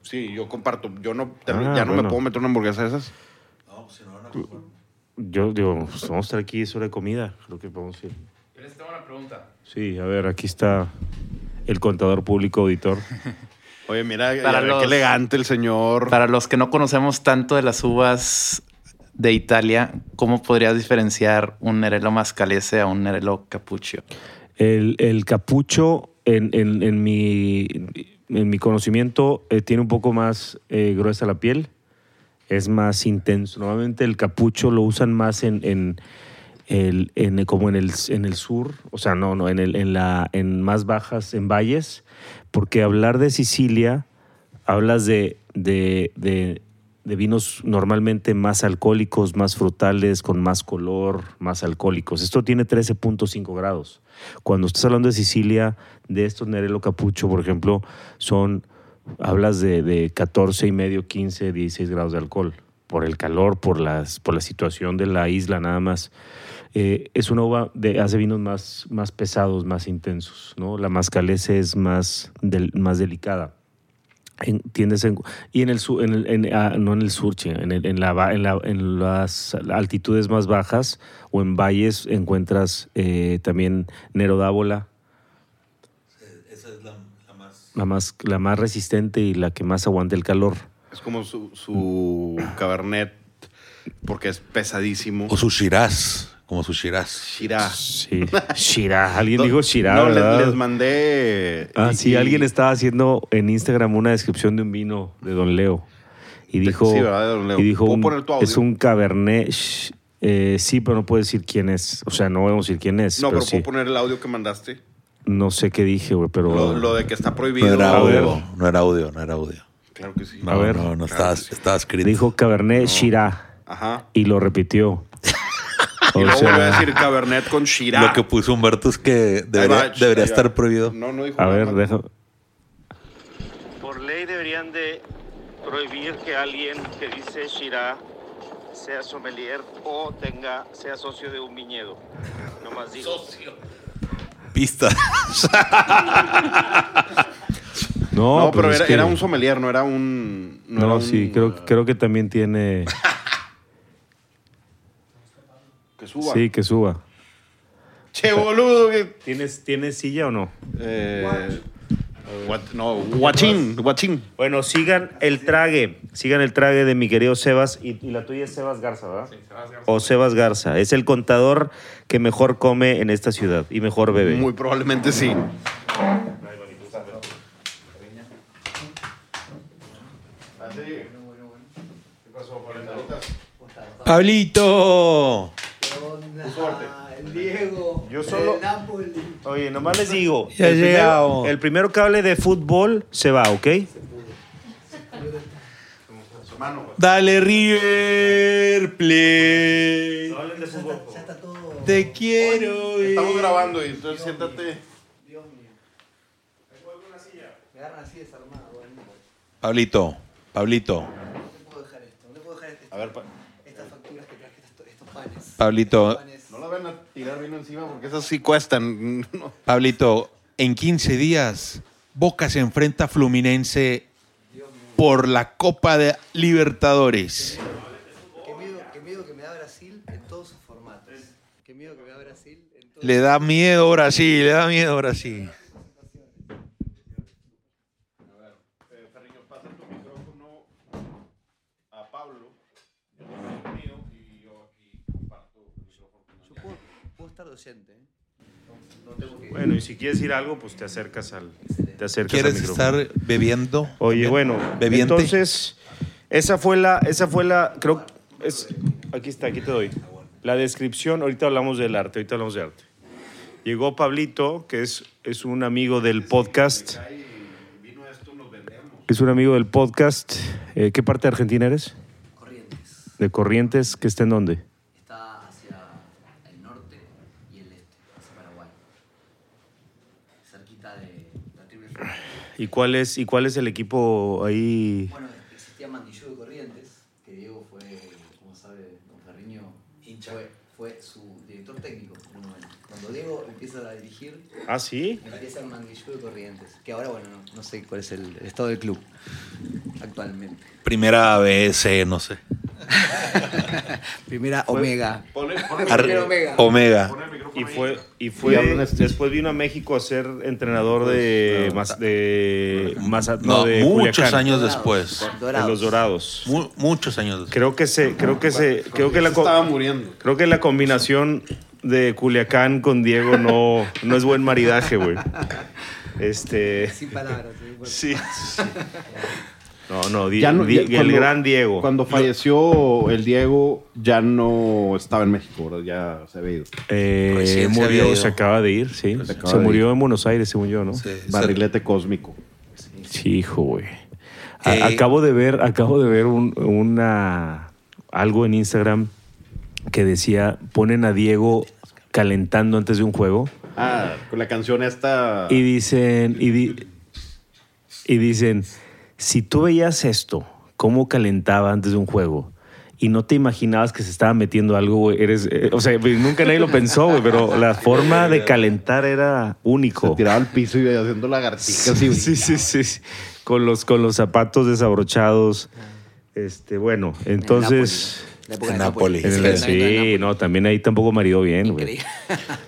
S2: Sí, yo comparto. Yo no, te-
S3: Ah,
S2: ya no me
S3: bueno.
S2: puedo meter una hamburguesa de esas.
S3: Yo digo, pues, vamos a estar aquí, es hora de comida. Creo que podemos ir.
S5: Yo les tengo una pregunta.
S3: Sí, a ver, aquí está el contador público auditor.
S2: Oye, mira,
S5: Para
S2: ya ve
S5: los-
S2: qué elegante el señor.
S5: Para los que no conocemos tanto de las uvas de Italia, ¿cómo podrías diferenciar un Nerello Mascalese a un Nerello Capuccio?
S3: El, el capucho, en, en- en mi, en mi conocimiento, eh, tiene un poco más eh, gruesa la piel, es más intenso. Normalmente el capucho lo usan más en, en el, en- como en el, en el sur, o sea, no, no, en, el, en, la, en más bajas, en valles, porque hablar de Sicilia, hablas de, de, de- de vinos normalmente más alcohólicos, más frutales, con más color, más alcohólicos. Esto tiene 13.5 grados. Cuando estás hablando de Sicilia, de estos Nerello Capucho, por ejemplo, son, hablas de, de 14 y medio, 15, 16 grados de alcohol, por el calor, por, las, por la situación de la isla nada más. Eh, es una uva de hace vinos más, más pesados, más intensos, ¿no? La mascalese es más, del- más delicada. En- tiendes en- y en el sur, en el- en- ah, no en el sur, chinga, en, el- en la va- en la- en las altitudes más bajas o en valles encuentras eh, también Nerodábola,
S1: Esa es la, más.
S3: la más, la más resistente y la que más aguanta el calor.
S2: Es como su, su cabernet, porque es pesadísimo.
S1: O sus Shiraz, como su Shiraz.
S2: Shira.
S3: Pues,
S2: *laughs*
S3: Sí. Shira. Alguien
S2: No,
S3: dijo Shira,
S2: No, le-
S3: ¿verdad?
S2: les, mandé.
S3: Ah,
S2: y-
S3: sí,
S2: y-
S3: alguien estaba haciendo en Instagram una descripción de un vino de Don Leo. Y dijo,
S2: Sí, ¿verdad, de Don Leo?
S3: Y dijo
S2: ¿Puedo
S3: un-
S2: poner tu audio?
S3: es un Cabernet. Sh- eh, sí, pero no puedo decir quién es. O sea, no podemos decir quién es.
S2: No, pero
S3: pero sí.
S2: puedo poner el audio que mandaste.
S3: No sé qué dije, güey, pero...
S2: Lo, lo de que está
S1: No
S2: prohibido.
S1: era
S3: Oh. A ver.
S1: audio, no era audio, no era audio.
S2: Claro que sí.
S1: No,
S3: A ver.
S1: no, no, estaba, estaba escrito.
S3: Dijo Cabernet Shira
S2: Ajá.
S3: y lo repitió.
S2: *laughs* Y
S3: O
S2: luego voy a
S3: sea,
S2: decir Cabernet con Shira.
S1: Lo que puso Humberto es que debería,
S2: Ahí va,
S1: debería
S2: ahí va.
S1: estar prohibido.
S2: No, no dijo
S3: a
S2: nada
S3: ver,
S2: más.
S3: deja...
S6: Por ley deberían de prohibir que alguien que dice Shirá sea sommelier o tenga sea socio de un viñedo. Nomás digo.
S1: Pista. *laughs*
S3: No,
S2: No,
S3: pues
S2: pero
S3: es
S2: era,
S3: que-
S2: era un sommelier, no era un.
S3: No,
S2: era un-
S3: sí, creo, creo que también tiene...
S2: Que suba.
S3: Sí, que suba.
S2: Che, boludo. Que,
S3: ¿Tienes, ¿Tienes silla o no?
S2: eh, guat- no, guachín, guachín.
S3: Bueno, sigan el trague. Sigan el trague de mi querido Sebas. Y, y la tuya es Sebas Garza, ¿verdad? O Sebas Garza. Es el contador que mejor come en esta ciudad y mejor bebe.
S2: Muy probablemente sí.
S1: ¡Pablito!
S7: Ah, El Diego.
S3: Yo solo-
S7: El Napoli.
S3: Oye, nomás les digo.
S1: Ya
S3: el, primero,
S1: llegamos.
S3: el primero que hable de fútbol se va, ¿ok?
S1: Dale River Play.
S7: Ya está todo.
S1: Te quiero.
S2: Estamos grabando y entonces siéntate.
S7: Dios mío. Me agarran así desarmado. bueno, No
S1: Pablito, Pablito,
S7: te puedo dejar esto. No te puedo dejar este-
S2: A ver, pa-
S7: estas facturas que traje, estos, estos panes.
S1: Pablito,
S7: Panes.
S2: no la van a tirar bien encima porque esas sí cuestan. *laughs* No.
S1: Pablito, en 15 días Boca se enfrenta a Fluminense por la Copa de Libertadores.
S7: Qué miedo, qué miedo que me da Brasil en todos sus formatos. Qué miedo que me da Brasil en todos
S1: Le da miedo Brasil, le da miedo Brasil.
S2: Ferriño, pasa tu micrófono a Pablo. y yo aquí comparto
S7: Yo puedo, puedo estar docente. ¿eh? No, no tengo que-
S3: Bueno, y si quieres decir algo, pues te acercas al. Te acercas
S1: ¿Quieres
S3: al micrófono.
S1: estar bebiendo?
S3: Oye, bueno,
S1: Bebiente.
S3: entonces esa fue la, esa fue la, creo, es, aquí está, aquí te doy la descripción. Ahorita hablamos del arte, ahorita hablamos de arte. Llegó Pablito, que es, es un amigo del podcast. Es un amigo del podcast. Eh, ¿Qué parte de Argentina eres?
S7: Corrientes.
S3: De Corrientes, que está en dónde?
S7: Está hacia el norte y el este, hacia Paraguay. Cerquita de la triple frontera.
S3: ¿Y cuál es, y cuál es el equipo ahí?
S7: Bueno, existía Mandillú de Corrientes, que Diego fue, como sabe, don Ferriño, fue, fue su director técnico en un momento. Cuando Diego empieza a dirigir,
S3: Ah, sí.
S7: empieza en Mandillú de Corrientes, que ahora, bueno, no, no sé cuál es el, el estado del club actualmente.
S1: Primera vez, eh, no sé.
S7: Primera
S1: Ar-
S7: Omega. Ah, Primera Omega.
S1: Omega.
S3: Y fue, y fue después vino a México a ser entrenador de, más, de, más,
S1: Pues, ah, No,
S3: de
S1: muchos
S3: Culiacán.
S1: años
S7: Dorados.
S1: después.
S7: Dorados.
S3: De los dorados.
S1: Mu- muchos años después.
S3: Creo que se, creo que se, creo que la co-
S2: Estaba muriendo.
S3: creo que la combinación de Culiacán con Diego no, no es buen maridaje, güey. Este,
S7: Sin palabras. ¿eh? Bueno,
S3: sí. No, no, Di-
S2: Ya no-
S3: Di-
S2: ya
S3: el
S2: cuando-
S3: gran Diego.
S2: Cuando falleció el Diego, ya no estaba en México, ¿verdad? ya se había ido.
S3: Eh,
S1: Recién se había
S3: murió,
S1: ido.
S3: se acaba de ir, sí. Se,
S2: acaba de
S3: murió en Buenos Aires, según yo, ¿no?
S1: Sí, sí.
S2: Barrilete cósmico.
S3: Sí, hijo, güey. A-
S1: Eh,
S3: acabo de ver, acabo de ver un- una algo en Instagram que decía ponen a Diego calentando antes de un juego
S2: Ah, con la canción esta.
S3: y dicen y, di- y dicen si tú veías esto cómo calentaba antes de un juego y no te imaginabas que se estaba metiendo algo güey eres eh, o sea güey, nunca nadie lo pensó güey pero
S2: *laughs*
S3: la forma de calentar era único
S2: se tiraba al piso y haciendo lagartijas
S3: Sí,
S2: y
S3: sí, sí, sí. Con los, con los zapatos desabrochados. Este, bueno, entonces.
S7: en La época
S1: En
S7: de Napoli.
S1: Napoli,
S3: en el-
S7: Sí, en
S3: sí,
S7: Napoli.
S3: no, también ahí tampoco maridó bien, güey.
S7: Increíble.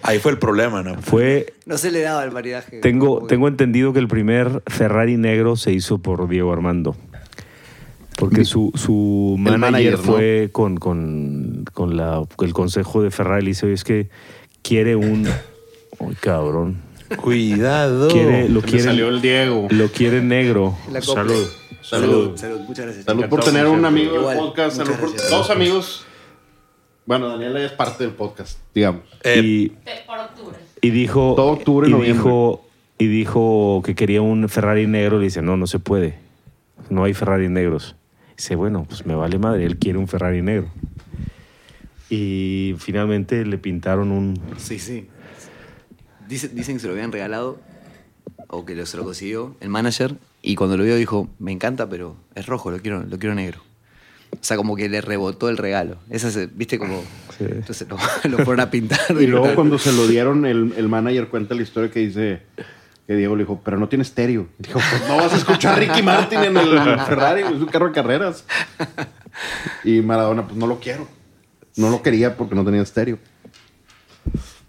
S1: Ahí fue el problema, ¿no?
S3: Fue.
S7: No se le daba el maridaje.
S3: Tengo,
S7: Porque-
S3: tengo entendido que el primer Ferrari negro se hizo por Diego Armando. Porque su, su manager,
S2: El manager, ¿no?
S3: fue con, con, con la, el consejo de Ferrari. Le dice, oye, es que quiere un... Ay, cabrón.
S1: Cuidado.
S3: Quiere, lo,
S8: Se me salió
S3: quiere,
S8: el Diego.
S3: lo quiere negro.
S7: La copia.
S3: Salud.
S8: Salud.
S7: Salud, muchas gracias.
S2: Salud
S7: chicas.
S2: por
S8: Encantado,
S2: tener un
S8: siempre.
S2: amigo del
S7: Igual,
S2: podcast.
S7: muchas
S2: Salud por
S7: gracias.
S2: dos amigos. Bueno, Daniela ya es parte del podcast, digamos.
S1: Eh,
S3: Y,
S4: Por octubre.
S3: y dijo...
S2: Todo octubre,
S3: y
S2: noviembre.
S3: dijo, y dijo que quería un Ferrari negro. Le dice, no, no se puede. No hay Ferrari negros. Dice, bueno, pues me vale madre. Él quiere un Ferrari negro. Y finalmente le pintaron un...
S7: Sí, sí. Dice- dicen que se lo habían regalado o que lo- se lo consiguió el manager y cuando lo vio dijo, me encanta, pero es rojo, lo quiero, lo quiero negro. O sea, como que le rebotó el regalo. Esa se, viste como...
S3: Sí.
S7: Entonces lo, *laughs* lo fueron a pintar.
S2: *laughs* Y luego cuando se lo dieron, el, el manager cuenta la historia que dice que Diego le dijo, pero no tiene estéreo. Y Dijo, pues no vas a escuchar a Ricky Martin en el Ferrari, es un carro de carreras. Y Maradona, pues no lo quiero. No lo quería porque no tenía estéreo.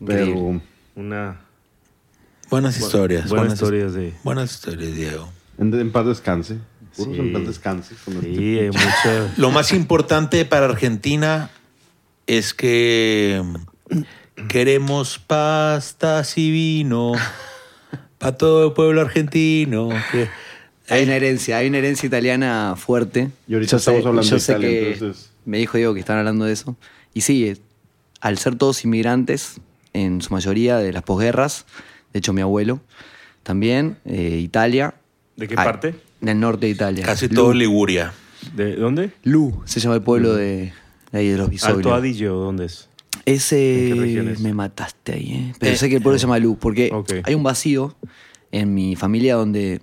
S2: Pero
S7: Increíble.
S3: Una...
S1: buenas historias.
S3: buenas
S1: his-
S3: historias de-
S1: Buenas historias, Diego.
S2: en, en paz descanse. Puros
S3: Sí.
S2: en paz descanse. con este- *laughs*
S3: Sí, hay mucha...
S1: Lo más importante para Argentina es que queremos pastas y vino para todo el pueblo argentino. Que-
S7: Hay una herencia, hay una herencia italiana fuerte.
S2: Y ahorita estamos hablando
S7: yo
S2: de
S7: sé
S2: Italia,
S7: que
S2: entonces-
S7: Me dijo Diego que estaban hablando de eso. Y sí, eh, al ser todos inmigrantes, en su mayoría de las posguerras, de hecho mi abuelo también, eh, Italia.
S3: ¿De qué
S7: Ah,
S3: parte?
S7: Del norte de Italia.
S1: Casi
S7: Lu-
S1: todo Liguria.
S3: ¿De dónde?
S7: Lu, se llama el pueblo de, de ahí de los
S3: Alto
S7: Bisoglios.
S3: Adige, ¿o ¿dónde es?
S7: Ese
S3: ¿En qué región es?
S7: me mataste ahí, ¿eh? Pero
S1: Eh.
S7: sé que el pueblo se llama Lu, porque
S3: Ok.
S7: hay un vacío en mi familia donde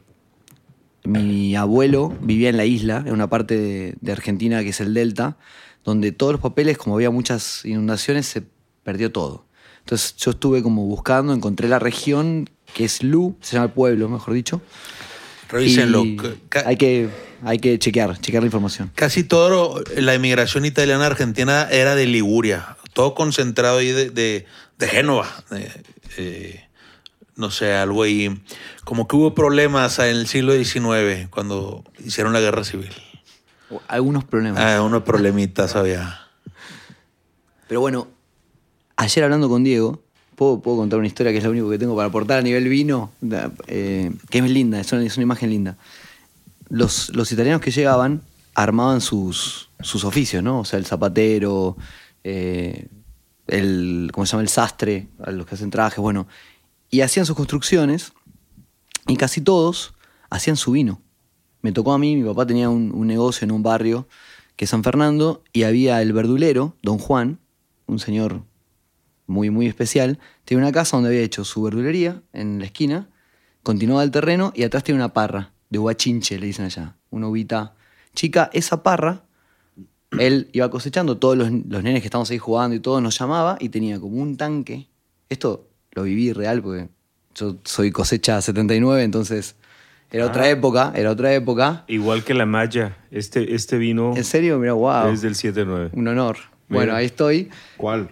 S7: mi abuelo vivía en la isla, en una parte de, de Argentina que es el Delta, donde todos los papeles, como había muchas inundaciones, se perdió todo. Entonces yo estuve como buscando, encontré la región que es Lu, se llama el pueblo, mejor dicho.
S1: Revísenlo.
S7: y
S1: Ca-
S7: Hay que, hay que chequear, chequear la información.
S1: Casi todo lo- la inmigración italiana a argentina era de Liguria, todo concentrado ahí de, de, de Génova. eh, eh, no sé, algo ahí. Como que hubo problemas en el siglo XIX cuando hicieron la guerra civil.
S7: Algunos problemas.
S1: Ah, unos problemitas había.
S7: Pero bueno, ayer hablando con Diego, puedo, puedo contar una historia que es lo único que tengo para aportar a nivel vino, Da- eh, que es linda, es una, es una imagen linda. Los, los italianos que llegaban armaban sus, sus oficios, ¿no? O sea, el zapatero, eh, el, ¿cómo se llama? El sastre, a los que hacen trajes, bueno. Y hacían sus construcciones y casi todos hacían su vino. Me tocó a mí, mi papá tenía un, un negocio en un barrio que es San Fernando y había el verdulero, don Juan, un señor muy, muy especial, tenía una casa donde había hecho su verdulería en la esquina, continuaba el terreno y atrás tenía una parra de guachinche, le dicen allá, una uvita chica. Esa parra, él iba cosechando, todos los, los nenes que estábamos ahí jugando y todo nos llamaba y tenía como un tanque. Esto lo viví real porque yo soy cosecha 79, entonces era
S3: Ah.
S7: otra época, era otra época.
S3: Igual que la Maya. Este, este vino
S7: ¿En serio? Mira, wow.
S3: es del 7-9.
S7: Un honor. Bueno, ahí estoy.
S2: ¿Cuál?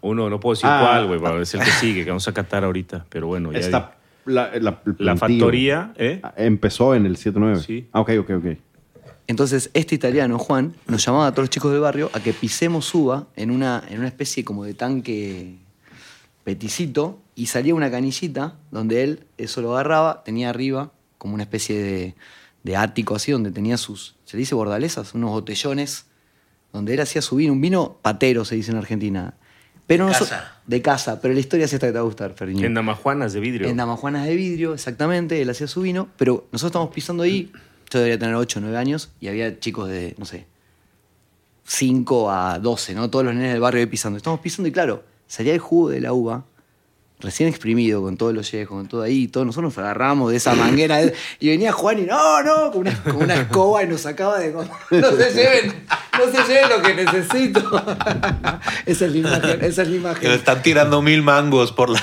S3: Uno, no puedo decir
S2: Ah.
S3: cuál, güey, pero es el que sigue, que vamos a catar ahorita. Pero bueno, ya. di-
S2: Está Ah, la, la, el
S3: La
S2: plantío.
S3: factoría, ¿eh?
S2: Empezó en el 7-9.
S3: Sí.
S2: Ah, ok, ok, ok.
S7: Entonces, este italiano, Juan, nos llamaba a todos los chicos del barrio a que pisemos uva en una, en una especie como de tanque peticito y salía una canillita donde él eso lo agarraba, tenía arriba como una especie de, de ático así, donde tenía sus, se le dice bordalesas, unos botellones, donde él hacía su vino, un vino patero se dice en Argentina. Pero
S1: De
S7: no so-
S1: casa.
S7: de casa, pero la historia es esta que te va a gustar, Ferriño.
S3: En Damajuanas de vidrio.
S7: En damajuanas de vidrio, exactamente, él hacía su vino, pero nosotros estamos pisando ahí, yo debería tener 8 o 9 años, y había chicos de, no sé, 5 a 12, ¿no? Todos los nenes del barrio ahí pisando. Estamos pisando y claro, salía el jugo de la uva, recién exprimido, con todos los yejos, con todo ahí, y todos nosotros nos agarramos de esa manguera, de- y venía Juan y, no, no, con una, con una escoba y nos sacaba de... *laughs* No se lleven, no se lleven lo que necesito. *laughs* esa es la imagen, esa es la
S1: Que
S7: imagen
S1: le están tirando mil mangos por la.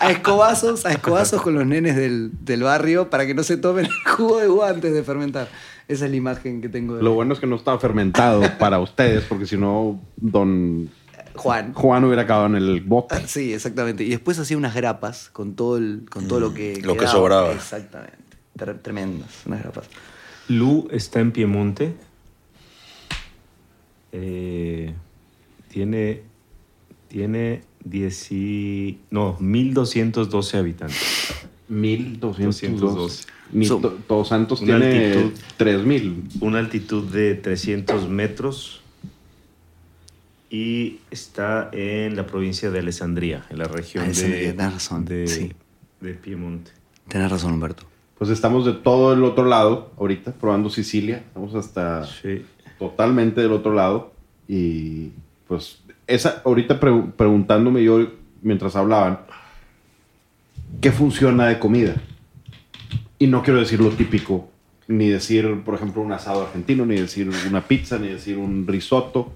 S7: a escobazos, a escobazos con los nenes del, del barrio para que no se tomen el jugo de uva antes de fermentar. Esa es la imagen que tengo de
S2: Lo bueno es que no estaba fermentado para ustedes, porque si no, don
S7: Juan. Ah,
S2: Juan hubiera acabado en el bote.
S7: Sí, exactamente. Y después hacía unas grapas con todo, el- con todo lo que
S1: lo que sobraba.
S7: Exactamente. Tre- Tremendas, unas grapas.
S3: Lu está en Piemonte. Eh, tiene. Tiene. dieci- no, 1212 habitantes.
S2: 1212.
S3: 1212.
S2: Mil-
S7: So-
S2: to- Todos Santos
S3: Una
S2: tiene
S3: altitud.
S2: 3000.
S3: Una altitud de 300 metros. Y está en la provincia de Alessandría, en la región de,
S7: Alessandría, tenés razón,
S3: de-
S7: sí.
S3: de Piemonte.
S7: Tenés razón, Humberto.
S2: Pues estamos de todo el otro lado ahorita, probando Sicilia. Estamos hasta
S3: Sí.
S2: totalmente del otro lado. Y pues, esa, ahorita pre- preguntándome yo mientras hablaban, ¿qué funciona de comida? Y no quiero decir lo típico, ni decir, por ejemplo, un asado argentino, ni decir una pizza, ni decir un risotto.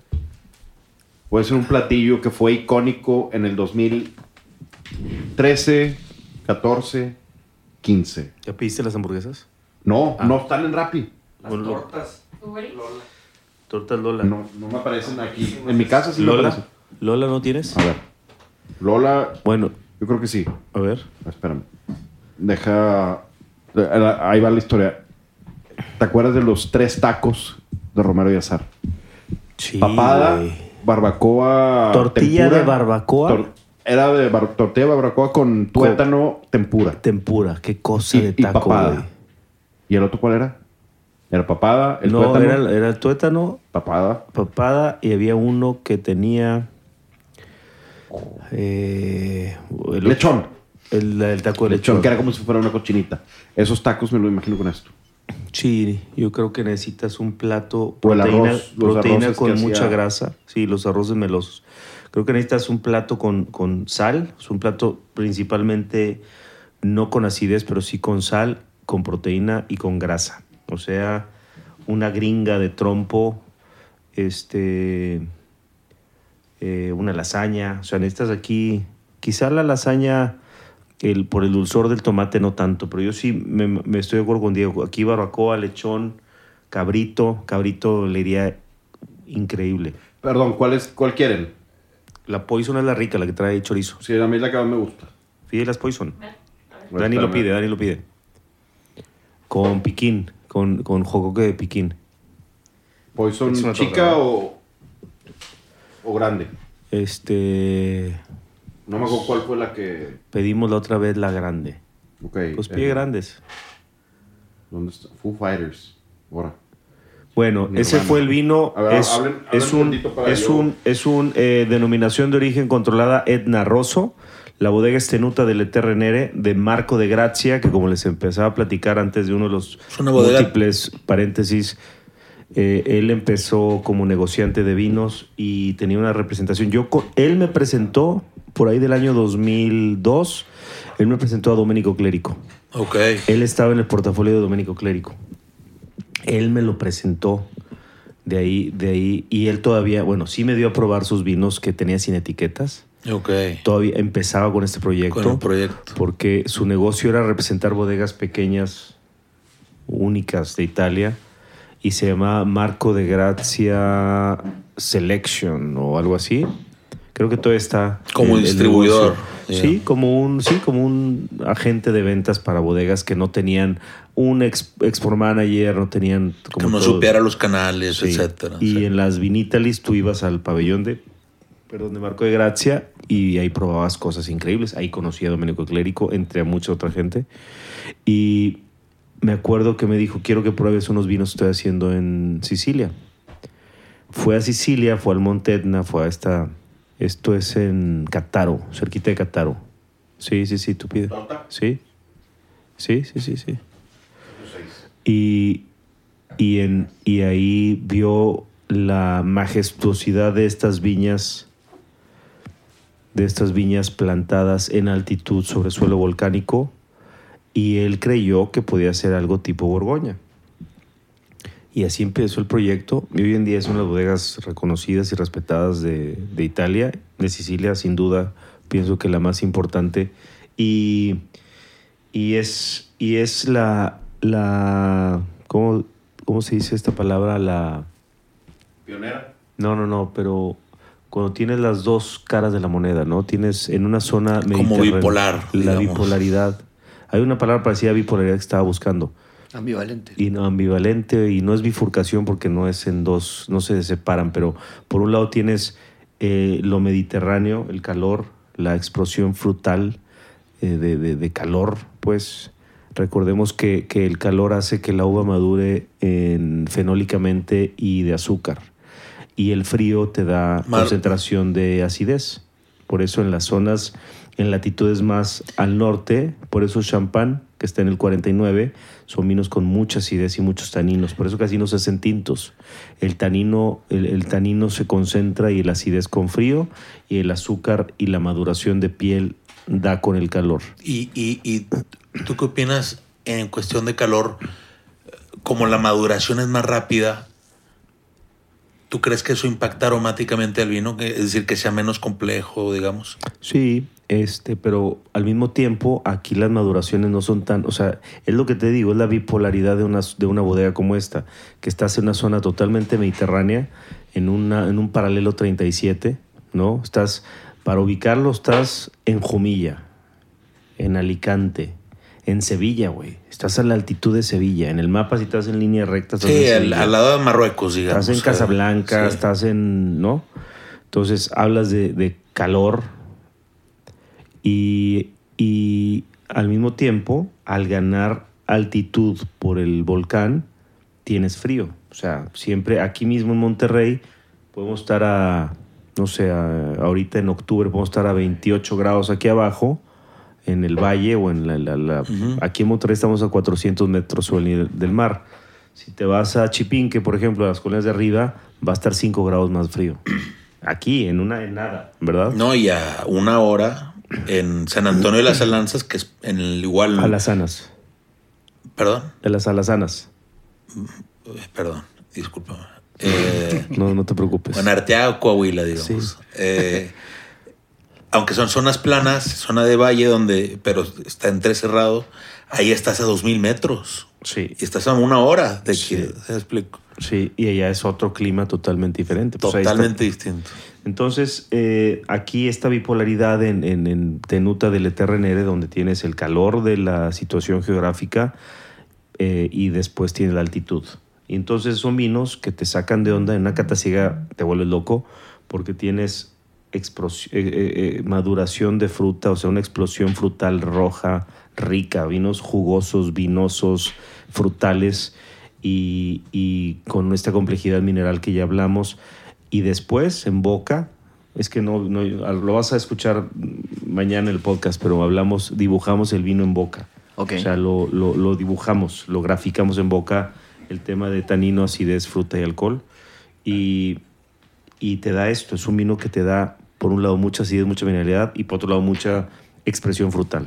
S2: Puede ser un platillo que fue icónico en el 2013, 14, 15.
S3: ¿Ya pediste las hamburguesas?
S2: No, no están en Rappi.
S3: Las tortas. Tortas Lola.
S2: No, no me aparecen aquí. En mi casa sí me aparecen.
S3: ¿Lola? ¿Lola no tienes?
S2: A ver. Lola,
S3: Bueno,
S2: yo creo que sí.
S3: a ver.
S2: Espérame. Deja. Ahí va la historia. ¿Te acuerdas de los tres tacos de Romero y Azar?
S3: Sí,
S2: Papada,
S3: güey.
S2: barbacoa.
S3: Tortilla de barbacoa.
S2: era de bar- tortilla de barbacoa con
S3: Con-
S2: tuétano, tempura.
S3: Tempura, qué cosa
S2: Y-
S3: de
S2: y
S3: taco,
S2: papada.
S3: güey.
S2: ¿Y el otro cuál era? Era papada, el
S3: No,
S2: tuétano.
S3: era, el- era el tuétano,
S2: Papada.
S3: papada y había uno que tenía... eh, el-
S2: Lechón.
S3: El, el taco de
S2: Lechón,
S3: lechón.
S2: que era como si fuera una cochinita. Esos tacos me lo imagino con esto.
S3: Sí, yo creo que necesitas un plato
S2: O el
S3: proteína,
S2: arroz, los
S3: proteína
S2: arroces que
S3: con mucha
S2: hacía-
S3: grasa. Sí, los arroces melosos. Creo que necesitas un plato con, con sal, es un plato principalmente no con acidez, pero sí con sal, con proteína y con grasa. O sea, una gringa de trompo, este, eh, una lasaña. O sea, necesitas aquí, quizá la lasaña el, por el dulzor del tomate no tanto, pero yo sí me, me estoy de acuerdo con Diego. Aquí barbacoa, lechón, cabrito, cabrito le diría increíble.
S2: Perdón, ¿cuál, es, ¿cuál quieren?
S3: La poison es la rica, la que trae chorizo.
S2: Sí, a mí es la que más me gusta.
S3: Pide las poison.
S2: Bueno,
S3: Dani
S2: espérame.
S3: lo pide, ¿eh? Dani lo pide. Con piquín, con, con jocoque de piquín.
S2: Poison
S5: Es una torta,
S2: chica
S5: ¿verdad?
S2: o, o grande.
S3: Este,
S2: No me acuerdo cuál fue la que.
S3: pedimos la otra vez la grande.
S2: Ok.
S3: Pues
S2: eh,
S3: pide grandes.
S2: ¿Dónde está? Foo Fighters. Ahora.
S3: Bueno,
S2: Nirvana.
S3: ese fue el vino.
S2: A ver,
S3: es,
S2: hablen- hablen
S3: es un,
S2: tantito para
S3: es
S2: yo.
S3: un, es un eh, denominación de origen controlada Etna Rosso. La bodega estenuta del Eterrenere de Marco de Gracia, que como les empezaba a platicar antes de uno de los
S1: Es una bodega.
S3: múltiples paréntesis, eh, él empezó como negociante de vinos y tenía una representación. Yo, co- él me presentó por ahí del año 2002, él me presentó a Doménico Clérico.
S1: Ok.
S3: Él estaba en el portafolio de Doménico Clérico. Él me lo presentó de ahí, de ahí, y él todavía, bueno, sí me dio a probar sus vinos que tenía sin etiquetas.
S1: Ok.
S3: Todavía empezaba con este proyecto.
S1: Con el proyecto.
S3: Porque su negocio era representar bodegas pequeñas, únicas de Italia, y se llamaba Marco de Grazia Selection o algo así. Creo que todavía está.
S1: Como distribuidor,
S3: negocio.
S1: ya.
S3: Sí, como un, sí, como un agente de ventas para bodegas que no tenían un ex, export manager, no tenían
S1: Que no
S3: todo.
S1: supiera los canales,
S3: Sí.
S1: etcétera.
S3: Y
S1: Sí.
S3: en las Vinitalis tú ibas al pabellón de, perdón, de Marco de Gracia y ahí probabas cosas increíbles. Ahí conocí a Domenico Clérico, entre a mucha otra gente. Y me acuerdo que me dijo, quiero que pruebes unos vinos que estoy haciendo en Sicilia. Fue a Sicilia, fue al Monte Etna, fue a esta... Esto es en Cataro, cerquita de Cataro. Sí, sí, sí, tú pides. Sí. Sí, sí, sí, sí. Y, y, en, y ahí vio la majestuosidad de estas viñas, de estas viñas plantadas en altitud sobre suelo volcánico, y él creyó que podía ser algo tipo Borgoña. Y así empezó el proyecto. Y hoy en día son las bodegas reconocidas y respetadas de, de Italia, de Sicilia, sin duda, pienso que la más importante. Y y es, y es la, la ¿cómo, ¿cómo se dice esta palabra? La,
S2: Pionera.
S3: no, no, no, pero cuando tienes las dos caras de la moneda, ¿no? Tienes en una zona
S1: Como
S3: mediterránea,
S1: bipolar,
S3: La
S1: digamos.
S3: bipolaridad. Hay una palabra parecida a bipolaridad que estaba buscando.
S7: Ambivalente.
S3: y no ambivalente y no es bifurcación porque no es en dos, no se separan, pero por un lado tienes eh, lo mediterráneo, el calor, la explosión frutal eh, de, de- de calor, pues recordemos que, que el calor hace que la uva madure en- fenólicamente y de azúcar y el frío te da
S1: Mar-
S3: concentración de acidez. Por eso en las zonas, en latitudes más al norte, por eso champán, que está en el 49, son vinos con mucha acidez y muchos taninos. Por eso casi no se hacen tintos. El tanino, el, el tanino se concentra y la acidez con frío, y el azúcar y la maduración de piel da con el calor.
S1: ¿Y, y, y tú qué opinas en cuestión de calor? Como la maduración es más rápida, ¿tú crees que eso impacta aromáticamente al vino? Que- Es decir, que sea menos complejo, digamos.
S3: Sí, este, pero al mismo tiempo aquí las maduraciones no son tan, o sea, es lo que te digo, es la bipolaridad de una, de una bodega como esta, que estás en una zona totalmente mediterránea, en, una, en un paralelo 37, ¿no? Estás, para ubicarlo, estás en Jumilla, en Alicante, en Sevilla, güey. Estás a la altitud de Sevilla. En el mapa, si estás en línea recta, estás en
S1: Sí, al,
S3: Sevilla.
S1: al lado de Marruecos, digamos.
S3: Estás en Casablanca,
S1: Sí.
S3: estás en. ¿No? Entonces hablas de, de calor y, y al mismo tiempo, al ganar altitud por el volcán, tienes frío. O sea, siempre aquí mismo en Monterrey podemos estar a. No sé, a- ahorita en octubre podemos estar a 28 grados aquí abajo, en el valle o en la. la- la- Aquí en Monterrey estamos a 400 metros sobre el nivel del mar. Si te vas a Chipinque, por ejemplo, a las colinas de arriba, va a estar 5 grados más frío. *clears throat* Aquí, en una en nada, ¿verdad?
S1: No, y a una hora en San Antonio de las Alanzas, que es en el igual.
S3: Alazanas.
S1: Perdón, eh,
S3: De las alazanas.
S1: perdón, disculpa. Eh,
S3: No, no te preocupes.
S1: O en Arteaga, Coahuila, digamos. Eh, aunque son zonas planas, zona de valle, donde, pero está entrecerrado, ahí estás a 2.000 metros.
S3: Sí,
S1: Y estás a una hora de que
S3: Sí.
S1: se explico.
S3: sí. Y allá es otro clima totalmente diferente. Pues ahí está-
S1: Totalmente distinto.
S3: Entonces, eh, aquí esta bipolaridad en, en- en Tenuta del Eterrenere, donde tienes el calor de la situación geográfica eh, y después tienes la altitud. Y entonces son vinos que te sacan de onda. En una cata ciega te vuelves loco porque tienes expros- eh, eh, eh, maduración de fruta, o sea, una explosión frutal roja, rica, vinos jugosos, vinosos, frutales y, y con esta complejidad mineral que ya hablamos. Y después, en boca, es que no, no- lo vas a escuchar mañana en el podcast, pero hablamos, dibujamos el vino en boca.
S7: Ok.
S3: O sea, lo, lo- lo dibujamos, lo graficamos en boca, el tema de tanino, acidez, fruta y alcohol. Y, y te da esto, es un vino que te da, por un lado, mucha acidez, mucha mineralidad y por otro lado, mucha expresión frutal.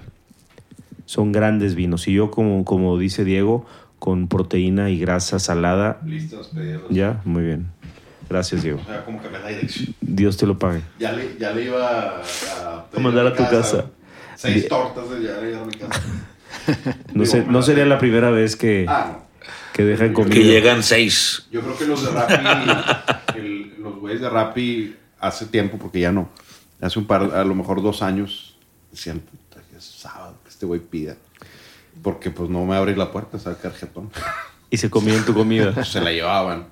S3: Son grandes vinos. Y yo, como, como dice Diego, con proteína y grasa salada.
S2: Listos, pedidos.
S3: Ya, muy bien. Gracias, Diego.
S2: O sea, como que me da dirección.
S3: Dios te lo pague.
S2: Ya le, ya le iba a, a, pedir
S3: mandar
S2: mi
S3: a tu casa.
S2: Seis
S3: Di-
S2: tortas de ya le iba a mi
S3: *laughs*
S2: casa.
S3: No, sé- no sería la primera vez que,
S2: Ah, no.
S3: que dejan comida.
S1: Que llegan seis.
S2: Yo creo que los de
S1: *laughs*
S2: Rappi, el- los güeyes de Rappi hace tiempo, porque ya no, hace un par, a lo mejor dos años, decían, puta, que es sábado, que este güey pida. Porque pues no me abre la puerta, sabe tarjetón.
S3: Y se comían tu comida.
S2: *laughs* Se la llevaban.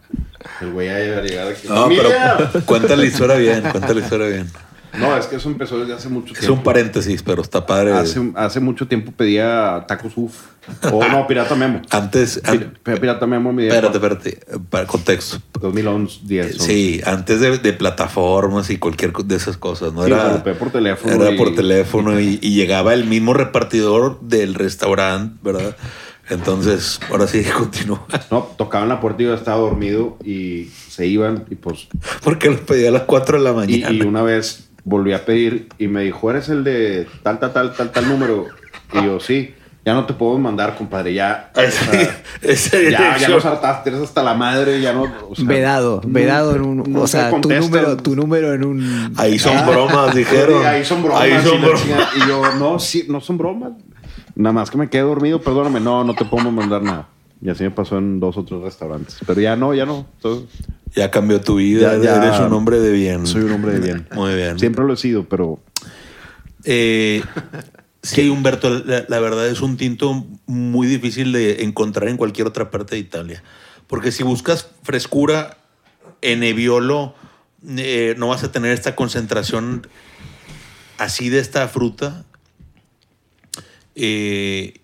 S2: El güey ya iba a llegar aquí.
S1: No,
S2: "Mira".
S1: pero cuenta la historia bien, cuenta la historia bien.
S2: No, es que eso empezó desde hace mucho tiempo.
S1: Es un paréntesis, pero está padre.
S2: Hace, hace mucho tiempo pedía tacos UF. O no, Pirata Memo.
S1: Antes,
S2: Pi-
S1: an-
S2: Pirata Memo me dio
S1: Ah, espérate, espérate, para contexto.
S2: 2011, 10. once.
S1: Sí, antes de, de plataformas y cualquier co- de esas cosas, ¿no?
S2: Sí,
S1: era
S2: lo compré por teléfono
S1: Era
S2: y-
S1: por teléfono y, y llegaba el mismo repartidor del restaurante, ¿verdad? Entonces, ahora sí, *laughs* continúa.
S2: No, tocaban la puerta y yo estaba dormido y se iban y pues...
S1: Porque los pedí a las 4 de la
S2: Y,
S1: mañana.
S2: y una vez volví a pedir y me dijo, eres el de tal, tal, tal, tal, tal número. Y yo, sí, ya no te puedo mandar, compadre, ya... o
S1: Esa- *laughs*
S2: sea,
S1: esa
S2: Ah. ya, ya
S1: *laughs* dirección.
S2: nos hartaste, eres hasta la madre, ya no... o sea,
S7: vedado,
S2: no-
S7: vedado en un.
S2: no
S7: o
S2: te
S7: sea, tu
S2: contestan.
S7: número, tu número en un.
S1: Ahí son
S2: Ah.
S1: bromas, dijeron.
S2: Sí, Ahí son bromas.
S1: Ahí son
S2: y, la
S1: bromas.
S2: chingada. Y yo, no, sí, no son bromas. Nada más que me quedé dormido, perdóname. No, no te puedo mandar nada. Y así me pasó en dos o tres restaurantes. Pero ya no, ya no. Entonces,
S1: Ya cambió tu vida,
S2: Ya, ya.
S1: eres un hombre de bien.
S2: soy un hombre de bien.
S1: Muy bien.
S2: Siempre lo he sido, pero
S1: Eh, Sí, Humberto, la, la verdad es un tinto muy difícil de encontrar en cualquier otra parte de Italia. Porque si buscas frescura en Nebbiolo, eh, no vas a tener esta concentración así de esta fruta. Eh,